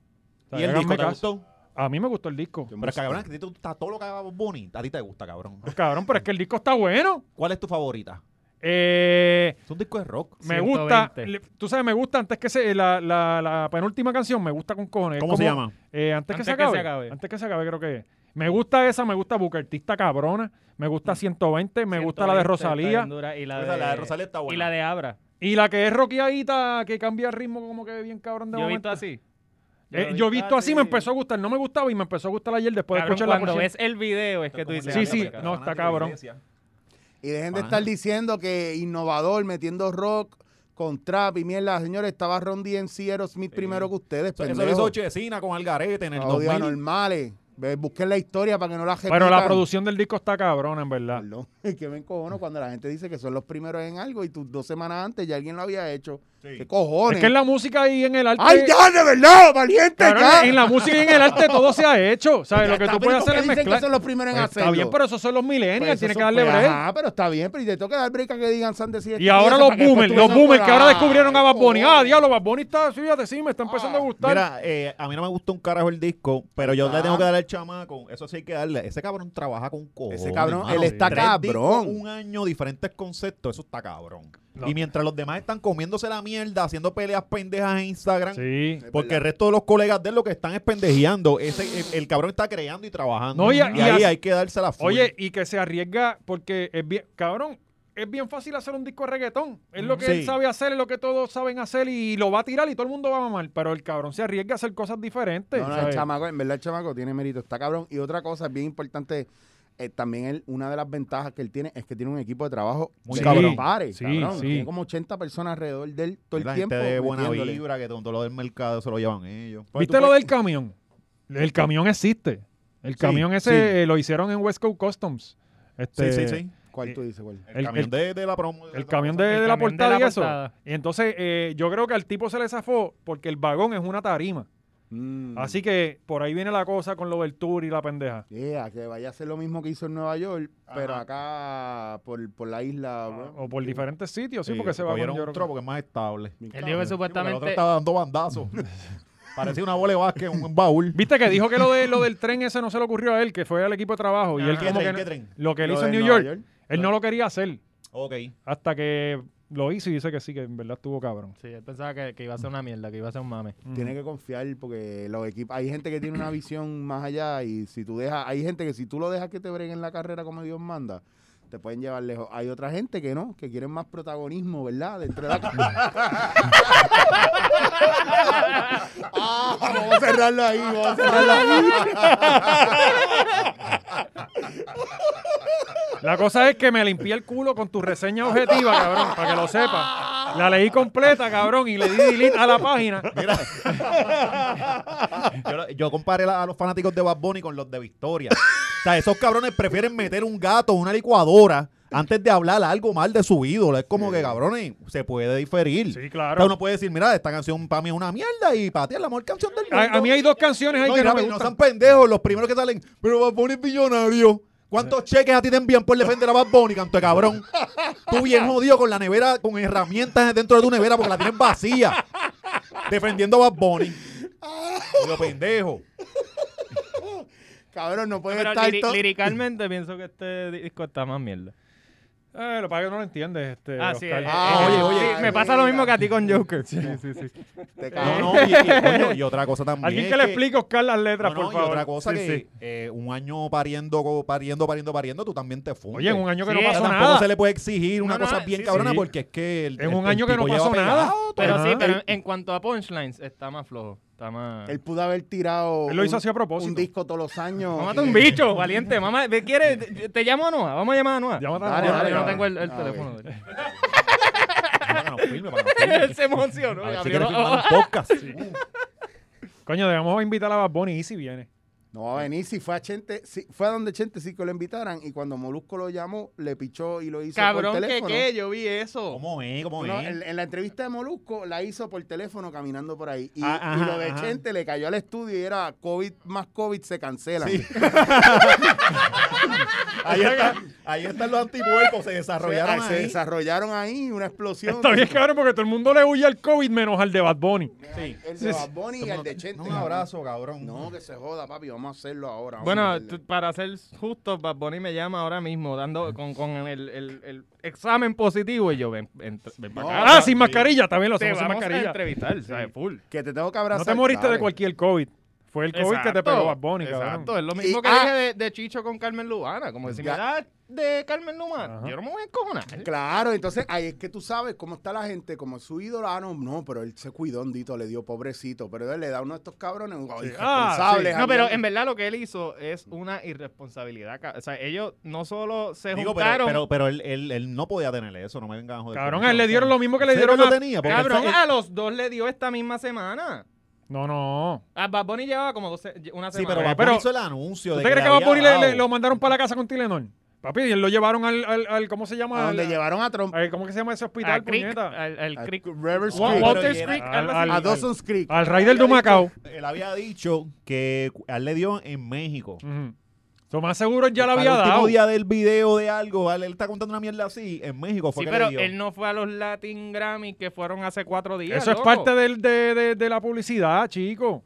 O sea, Y el háganme disco te caso. gustó. A mí me gustó el disco. Pero es que, cabrón, que a ti te gusta todo lo que haga Bob Bunny. A ti te gusta, cabrón. Cabrón, pero es que el disco está bueno. ¿Cuál es tu favorita? Eh, Es un disco de rock. me 120. gusta. le- tú sabes, me gusta antes que se, la, la, la penúltima canción, me gusta con cojones. Es ¿Cómo se como, llama? eh, antes, que, se acabe, Antes que se acabe, creo que es. Me gusta esa, me gusta Bucartista Cabrona, me gusta 120, me gusta la de 120 está Rosalía. bien dura, Y la Esa, de, la de Rosalía está buena. Y la de Abra. Y la que es rockeadita, que cambia el ritmo como que bien cabrón de Yo he momento. visto así. Eh, yo he visto así, me empezó a gustar. No me gustaba y me empezó a gustar ayer después Cabrón, de escuchar cuando la ves el video es que tú dices. Sí, sí, "Ah, no, está cabrón. Y dejen de Ajá. estar diciendo que innovador, metiendo rock con trap y mierda. Señores, estaba Ron DMC, Aerosmith primero que ustedes, Eso, eso lo pendejos. hizo Chesina con Algarete en el Audio 2000. anormales. Ve, Busquen la historia para que no la repitan. Pero la producción del disco está cabrona, en verdad. Perdón, es que me encojono cuando la gente dice que son los primeros en algo y tú dos semanas antes ya alguien lo había hecho. ¿Qué cojones? Es que en la música y en el arte. ¡Ay, ya, de verdad, valiente! Cabrón, ya. en la música y en el arte todo se ha hecho. ¿Sabes? Lo que Está, tú pero puedes ¿por qué hacer es dicen mezclar. que son los primeros en Pues hacerlo. está bien, pero esos son los millennials. Pues Tienes eso que darle son- pues, break. Ajá, pero está bien, pero y te tengo que dar break a que digan Sandes Y ahora los Pues boomers, los boomers que ahora descubrieron a Bad Bunny. Ah, diablo, Bad Bunny está, fíjate, sí, me está empezando a gustar. Mira, eh, a mí no me gusta un carajo el disco, pero yo le Ah. tengo que dar al chamaco. Eso sí hay que darle. Ese cabrón trabaja con cojones. Ese cabrón, mano. él está Tres cabrón. discos, un año, diferentes conceptos. Eso está cabrón. No. Y mientras los demás están comiéndose la mierda, haciendo peleas pendejas en Instagram, Sí. porque el resto de los colegas de él lo que están es pendejeando. Ese, el, el cabrón está creando y trabajando. No, y y, a- y ahí a- hay que dársela full. Oye, y que se arriesga porque es bien, cabrón, es bien fácil hacer un disco de reggaetón. Es lo que él Sí. sabe hacer, es lo que todos saben hacer y lo va a tirar y todo el mundo va a mamar. Pero el cabrón se arriesga a hacer cosas diferentes. No, no, el ¿sabes? chamaco, en verdad el chamaco tiene mérito, está cabrón. Y otra cosa bien importante, eh, también él, una de las ventajas que él tiene es que tiene un equipo de trabajo Muy que cabrón. no pare, Sí, cabrón. sí. Tiene como 80 personas alrededor de él todo el la tiempo. gente de buena metiéndole. vibra, que todo lo del mercado se lo llevan ellos. Pues, ¿Viste lo del camión? El camión existe. El camión ese sí. eh, lo hicieron en West Coast Customs. Sí, Este, sí, sí. ¿Cuál tú dices, güey? El, El- camión el- de, de la promo. El camión de, El de la camión de portada la y eso. portada. Y entonces eh, yo creo que al tipo se le zafó porque el vagón es una tarima. mm. Mm. Así que por ahí viene la cosa con lo del tour y la pendeja. Yeah, que vaya a hacer lo mismo que hizo en Nueva York, pero acá por, por la Ah, isla. bro. O por diferentes sitios, sí, Sí, porque se va cogieron otro porque es más estable. Sí, Él dijo que porque el otro supuestamente. estaba dando bandazos. Parecía una bola de básquet, un, un baúl. Viste que dijo que lo, de, lo del tren ese no se le ocurrió a él, que fue al equipo de trabajo. y Ah. él ¿Qué como tren, que qué no- tren? Lo que él Lo hizo de en New Nueva York, él no lo quería hacer. Ok. Hasta que lo hizo y dice que sí, que en verdad estuvo cabrón. Mm. Sí, él pensaba que, que iba a ser una mierda, que iba a ser un mame. Tiene que confiar porque los equipos, hay gente que tiene una visión más allá y si tú dejas, hay gente que si tú lo dejas que te breguen la carrera como Dios manda, te pueden llevar lejos. Hay otra gente que no, que quieren más protagonismo, ¿verdad? Dentro de la carrera. Ah, vamos a cerrarlo ahí, vamos a cerrarlo ahí. La cosa es que me limpié el culo con tu reseña objetiva, cabrón, para que lo sepa. La leí completa, cabrón, y le di delete a la página. Yo, lo- yo comparé la- a los fanáticos de Bad Bunny con los de Victoria. O sea, esos cabrones prefieren meter un gato en una licuadora antes de hablar algo mal de su ídolo. Es como que, cabrones, se puede diferir. Sí, O claro. sea, uno puede decir, mira, esta canción para mí es una mierda y para ti es la mejor canción del mundo. A, a mí hay dos canciones ahí No, que y no rápido, me no gustan. sean pendejos, los primeros que salen, pero Bad Bunny es millonario. ¿Cuántos cheques a ti te envían por defender a Bad Bunny, canto de cabrón? Tú bien jodido con la nevera, con herramientas dentro de tu nevera porque la tienes vacía. Defendiendo a Bad Bunny. Lo pendejo. Cabrón, no puede Pero estar liri- todo. liricalmente pienso que este disco está más mierda. Eh, lo que pasa es que no lo entiendes. Este, Ah, sí, Oscar. eh, Ah, eh, oye, oye. sí, me pasa lo mismo que a ti con Joker. Sí, sí, sí. Te No, cago. no, y, y, coño, y otra cosa también. Alguien es que le explique, Oscar, las letras, no, no, por y favor. otra cosa Sí, que sí. eh, un año pariendo, co- pariendo, pariendo, pariendo, tú también te fundes. Oye, en un año que Sí, no O sea, pasó tampoco nada. se le puede exigir una No, no, cosa bien sí, cabrona sí. porque es que el- En el- un el año que no tipo lleva pasó nada. pegado, Pero Ajá. sí, pero en- en cuanto a punchlines, está más flojo. Está más. Él pudo haber tirado. Él lo hizo un- así a propósito. Un disco todos los años. Mámate un bicho, valiente. Mamá, ¿te quieres? Te, te llamo a Noah. Vamos a llamar a Noah. Llámate a Yo- Dale, Noah. dale, yo no dale. tengo el, el Ah, teléfono de él. Para que nos firme, para que nos firme. Él se emocionó. A ver si abrió quiere los ojos. firmar un podcast. Coño, debemos invitar a Bad Bunny y si viene. No va a venir. Si fue a Chente, si, fue a donde Chente sí que lo invitaran. Y cuando Molusco lo llamó, le pichó y lo hizo Cabrón, por que teléfono. qué, yo vi eso. ¿Cómo es? ¿Cómo No, es? en, en la entrevista de Molusco la hizo por teléfono caminando por ahí. Y, Ah, y ajá, lo de ajá. Chente le cayó al estudio y era COVID más COVID se cancelan. Ahí, está- ahí están los anticuerpos, O se sea, desarrollaron Se ahí. desarrollaron ahí una explosión. Está bien, cabrón, porque todo el mundo le huye al COVID menos al de Bad Bunny. Sí. El de Bad Bunny y el de Chente. Un cabrón. abrazo, cabrón. No, que se joda, papi. Vamos a hacerlo ahora. vamos a Bueno, meterle. tú- para ser justo, Bad Bunny me llama ahora mismo dando con, con el, el- el examen positivo y yo ven, ven, ven para No, acá. Ah, sin mascarilla, también lo Te hacemos sin vamos a mascarilla. entrevistar, ¿sabes? Full. que te tengo que No abrazar. te moriste de dale. cualquier COVID. Fue el COVID que te pegó Bad Bunny, cabrón. Exacto, es lo mismo Y- que ah. dije de, de Chicho con Carmen Lubana. Como que si me Ya. da de Carmen Lubana, Ajá. yo no me voy a encojonar. Claro, entonces ahí es que tú sabes cómo está la gente, como su ídolo, ah, no, no, pero él se cuidó, hondito, le dio pobrecito, pero él le da a uno de estos cabrones, oh, irresponsables. No, pero andan- en verdad lo que él hizo es una irresponsabilidad. ca- O sea, ellos no solo se Digo, pero, juntaron. pero, pero él, él, él no podía tener eso, no me vengan a joder. Cabrón, con a eso, él le dieron o sea, lo mismo que le ¿en serio dieron a- lo tenía? Porque cabrón, él- él- a los dos le dio esta misma semana. No, no. A Bad Bunny llevaba como doce- una sí, pero semana. Bad Bunny pero- hizo el anuncio. ¿Tú de te crees que le a Bad había Bunny le- le- dado. lo mandaron para la casa con Tylenol? Papi, y él lo llevaron al, al, al- ¿cómo se a llama? donde Al- llevaron a Trump, al- ¿Cómo que se llama ese Al hospital, Creek, puñeta? al- al a Creek. Rivers Wa- Creek, Wa- Walter's pero Creek, era- algo al- así. a Dawson's Creek. Al rey del Dumacao. Él había dicho que cu- a él le dio en México. Ujú. Lo más seguro él ya lo Para había el último dado. día del video de algo, él él está contando una mierda así, en México fue Sí, que pero le dio. él no fue a los Latin Grammy que fueron hace cuatro días. Eso es loco. parte del- de, de- de la publicidad, chico.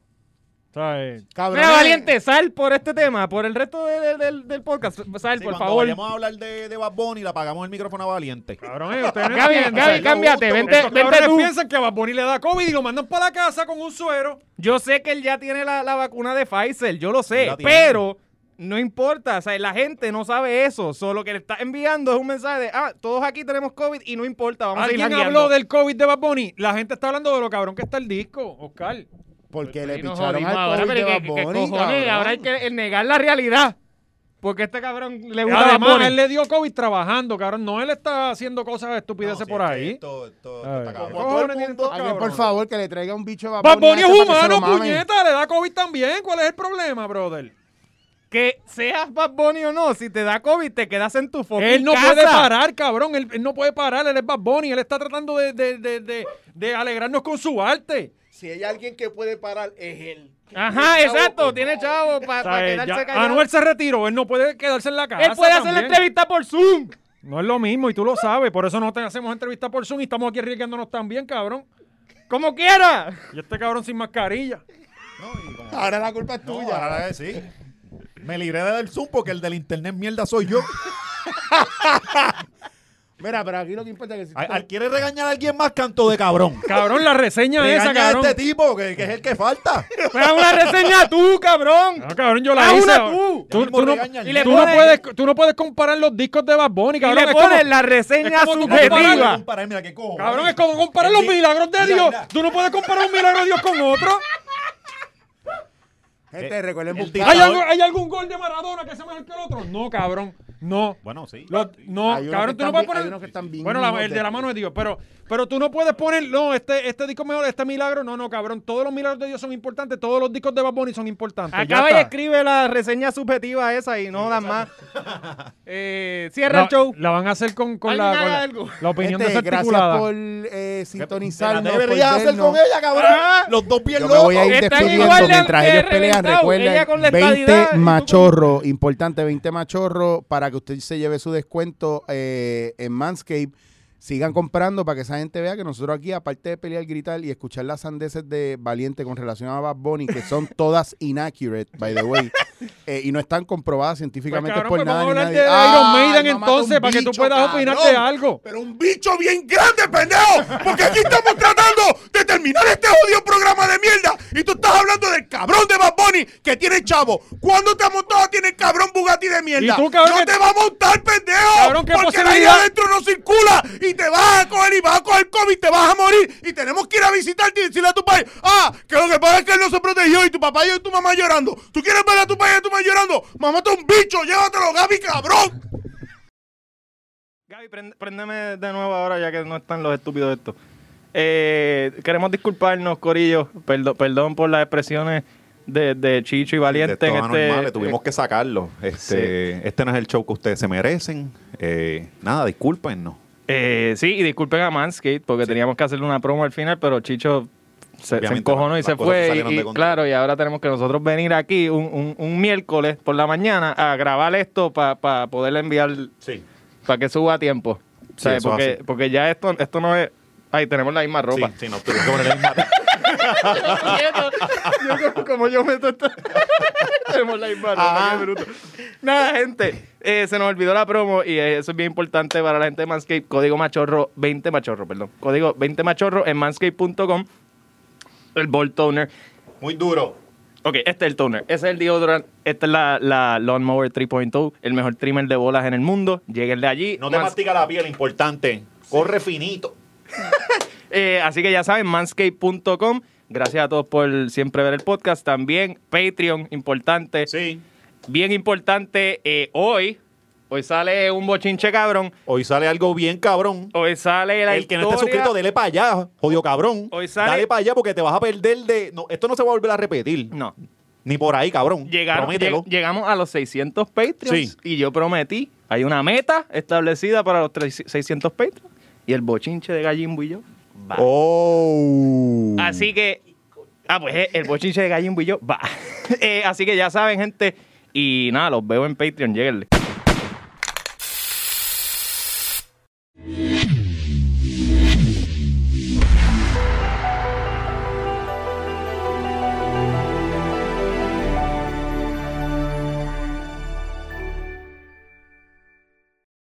O sea, eh, Cabrón, Mira, valiente, sal por este tema, por el resto de- de- del, del podcast. Sal, Sí, por cuando favor. vayamos a hablar de, de Bad Bunny, le apagamos el micrófono a Valiente. cabrón, eh, ustedes no Gaby, entienden. Gaby, cámbiate, vente, Estos vente cabrones tú. piensan que a Bad Bunny le da COVID y lo mandan para la casa con un suero. Yo sé que él ya tiene la, la vacuna de Pfizer, yo lo sé, La tiene. pero no importa, o sea, la gente no sabe eso, solo que le está enviando es un mensaje de, ah, todos aquí tenemos COVID y no importa, vamos a Alguien seguir habló jangueando. del COVID de Bad Bunny. La gente está hablando de lo cabrón que está el disco, Oscar. porque Sí, le nos picharon jodimos al ahora, COVID de pero Bad que- que- que Bunny, cojones, cabrón. ahora hay que negar la realidad, porque este cabrón le gusta Bad Además, Bunny. él le dio COVID trabajando, cabrón. No él está haciendo cosas estupideces por ahí. Esto, Ay. ¿Qué está cabrón. Como todo el cojones tienen mundo, estos alguien, por cabrones? favor, que le traiga un bicho de Bad Bunny a es este para que se humano, lo mamen. puñeta. Le da COVID también. ¿Cuál es el problema, brother? Que seas Bad Bunny o no, si te da COVID te quedas en tu fucking Él no casa. puede parar, cabrón. Él, él no puede parar. Él es Bad Bunny. Él está tratando de, de- de- de- de alegrarnos con su arte. Si hay alguien que puede parar, es él. Ajá, Tiene chavo, pues. exacto, por tiene favor. chavo para O sea, quedarse ya- callado. Anuel se retiró. Él no puede quedarse en la casa. él puede hacer la también. entrevista por Zoom. No es lo mismo y tú lo sabes. Por eso no te hacemos entrevista por Zoom y estamos aquí arriesgándonos también, cabrón. Como quiera. Y este cabrón sin mascarilla. Ahora la culpa es No, tuya. ahora sí. Me libré del Zoom porque el del internet mierda soy yo. Mira, pero aquí lo que importa es que si tú Al- al- ¿Quiere regañar a alguien más, canto de cabrón? Cabrón, la reseña esa, Regaña a cabrón. este tipo, que, que es el que falta. Haz una reseña tú, cabrón. No, cabrón, yo la Haz hice. una ahora. tú. Ah, Tú, Ya tú mismo no, regaña. y le Y le tú no pones- puedes, tú no puedes comparar los discos de Bad Bunny, cabrón. y le es como- pones la reseña es como tú comparas- Mira, mira, subjetiva. comparar, mira, qué cojones. Cabrón, es como comparar los Mira, milagros de mira, Dios. mira. Tú no puedes comparar un milagro de Dios con otro. Gente, recuerden el buscar. tipo- ¿Hay, algo- hay algún gol de Maradona que sea mejor que el otro? No, cabrón. No. Bueno, sí. Los- no, Hay unos cabrón, que tú no puedes están bien- hay poner. unos que están bien bueno, la- hijos el de- de la mano de Dios, pero, pero tú no puedes poner. No, este, este disco es mejor, este milagro. No, no, cabrón. Todos los milagros de Dios son importantes. Todos los discos de Bad Bunny son importantes. Acaba y ya está. escribe la reseña subjetiva esa y no dan más. Eh, cierra La, el show. la van a hacer con, con Alguien la, con haga la- algo. la opinión Gente, Este, gracias desarticulada. por eh, Te sintonizarnos. la por deberías hacer vernos. con ella, cabrón. Ah. Los dos bien Yo me voy a locos. ir Están despidiendo igual de mientras de ellos pelean. reventados, ella con la Recuerden, estadidad 20 y tú con- machorro, importante, 20 machorro para que usted se lleve su descuento eh, en Manscape. Sigan comprando para que esa gente vea que nosotros aquí, aparte de pelear, gritar y escuchar las sandeces de Valiente con relación a Bad Bunny, que son todas inaccurate, by the way, eh, y no están comprobadas científicamente Pues, cabrón, por pues, nada vamos ni a hablar nadie. Ah, de ¡Ay, Iron Maiden mamá, un entonces, para que tú bicho, puedas cabrón! opinarte algo. Pero un bicho bien grande, pendejo. Porque aquí estamos tratando de terminar este odio programa de mierda. Y tú estás hablando del cabrón de Bad Bunny que tiene chavo. ¿Cuándo te ha montado tiene el cabrón Bugatti de mierda? Y tú, cabrón, no que- te va a montar, pendejo. Cabrón, ¿qué porque la posibilidad? idea adentro no circula. Y te vas a coger y vas a coger COVID, te vas a morir. Y tenemos que ir a visitarte y decirle a tu país, ah, que lo que pasa es que él no se protegió y tu papá y tu mamá llorando. ¿Tú quieres ver a tu país y a tu mamá llorando? Mámate un bicho, llévatelo, Gaby, cabrón. Gaby, prende- préndeme de nuevo ahora ya que no están los estúpidos estos. Eh, queremos disculparnos, Corillo. Perdo- perdón por las expresiones de, de Chicho y De Valiente. estos en este- anormales, tuvimos que sacarlo. Este, este no es el show que ustedes se merecen. Eh, nada, discúlpenos. Eh, sí, y disculpen a Manscaped porque teníamos que hacerle una promo al final, pero Chicho se, se Obviamente, encojonó y las se cosas fue. salieron Y, de y control. claro, y ahora tenemos que nosotros venir aquí un, un- un miércoles por la mañana a grabar esto para poderle enviar, Sí. para que suba a tiempo. Sí, ¿Sabes? eso es porque, así. porque ya esto, esto no es... Ahí tenemos la misma Sí, ropa. sí, no, tuvimos que poner el mate. yo como, como yo meto esta. Tenemos la misma ropa, qué bruto. Nada, gente. eh, se nos olvidó la promo y eh, eso es bien importante para la gente de Manscape. Código machorro 20 machorro, perdón. Código 20 machorro en manscape.com. El ball toner. Muy duro. Ok, este es el toner. Ese es el deodorant. Esta es la, la Lawnmower 3.0. El mejor trimmer de bolas en el mundo. Lléguenle allí. No te Mans- mastica la piel, importante. Corre finito. Eh, así que ya saben, manscape.com. Gracias a todos por siempre ver el podcast. También Patreon, importante. Sí. Bien importante, eh, hoy, hoy sale un bochinche cabrón. Hoy sale algo bien cabrón. Hoy sale la El que no historia- esté suscrito, dele para allá, jodido cabrón. Hoy sale- Dale para allá porque te vas a perder de. No, esto no se va a volver a repetir. No. Ni por ahí, cabrón. Llegaron, Promételo. lleg- llegamos a los 600 Patreons Sí. y yo prometí, hay una meta establecida para los tres- 600 Patreons y el bochinche de Gallimbo y yo. Uh. va. Oh. Así que, ah, pues eh, el bochinche de Gallimbo y yo, va. Eh, así que ya saben, gente, y nada, los veo en Patreon, lléguenle.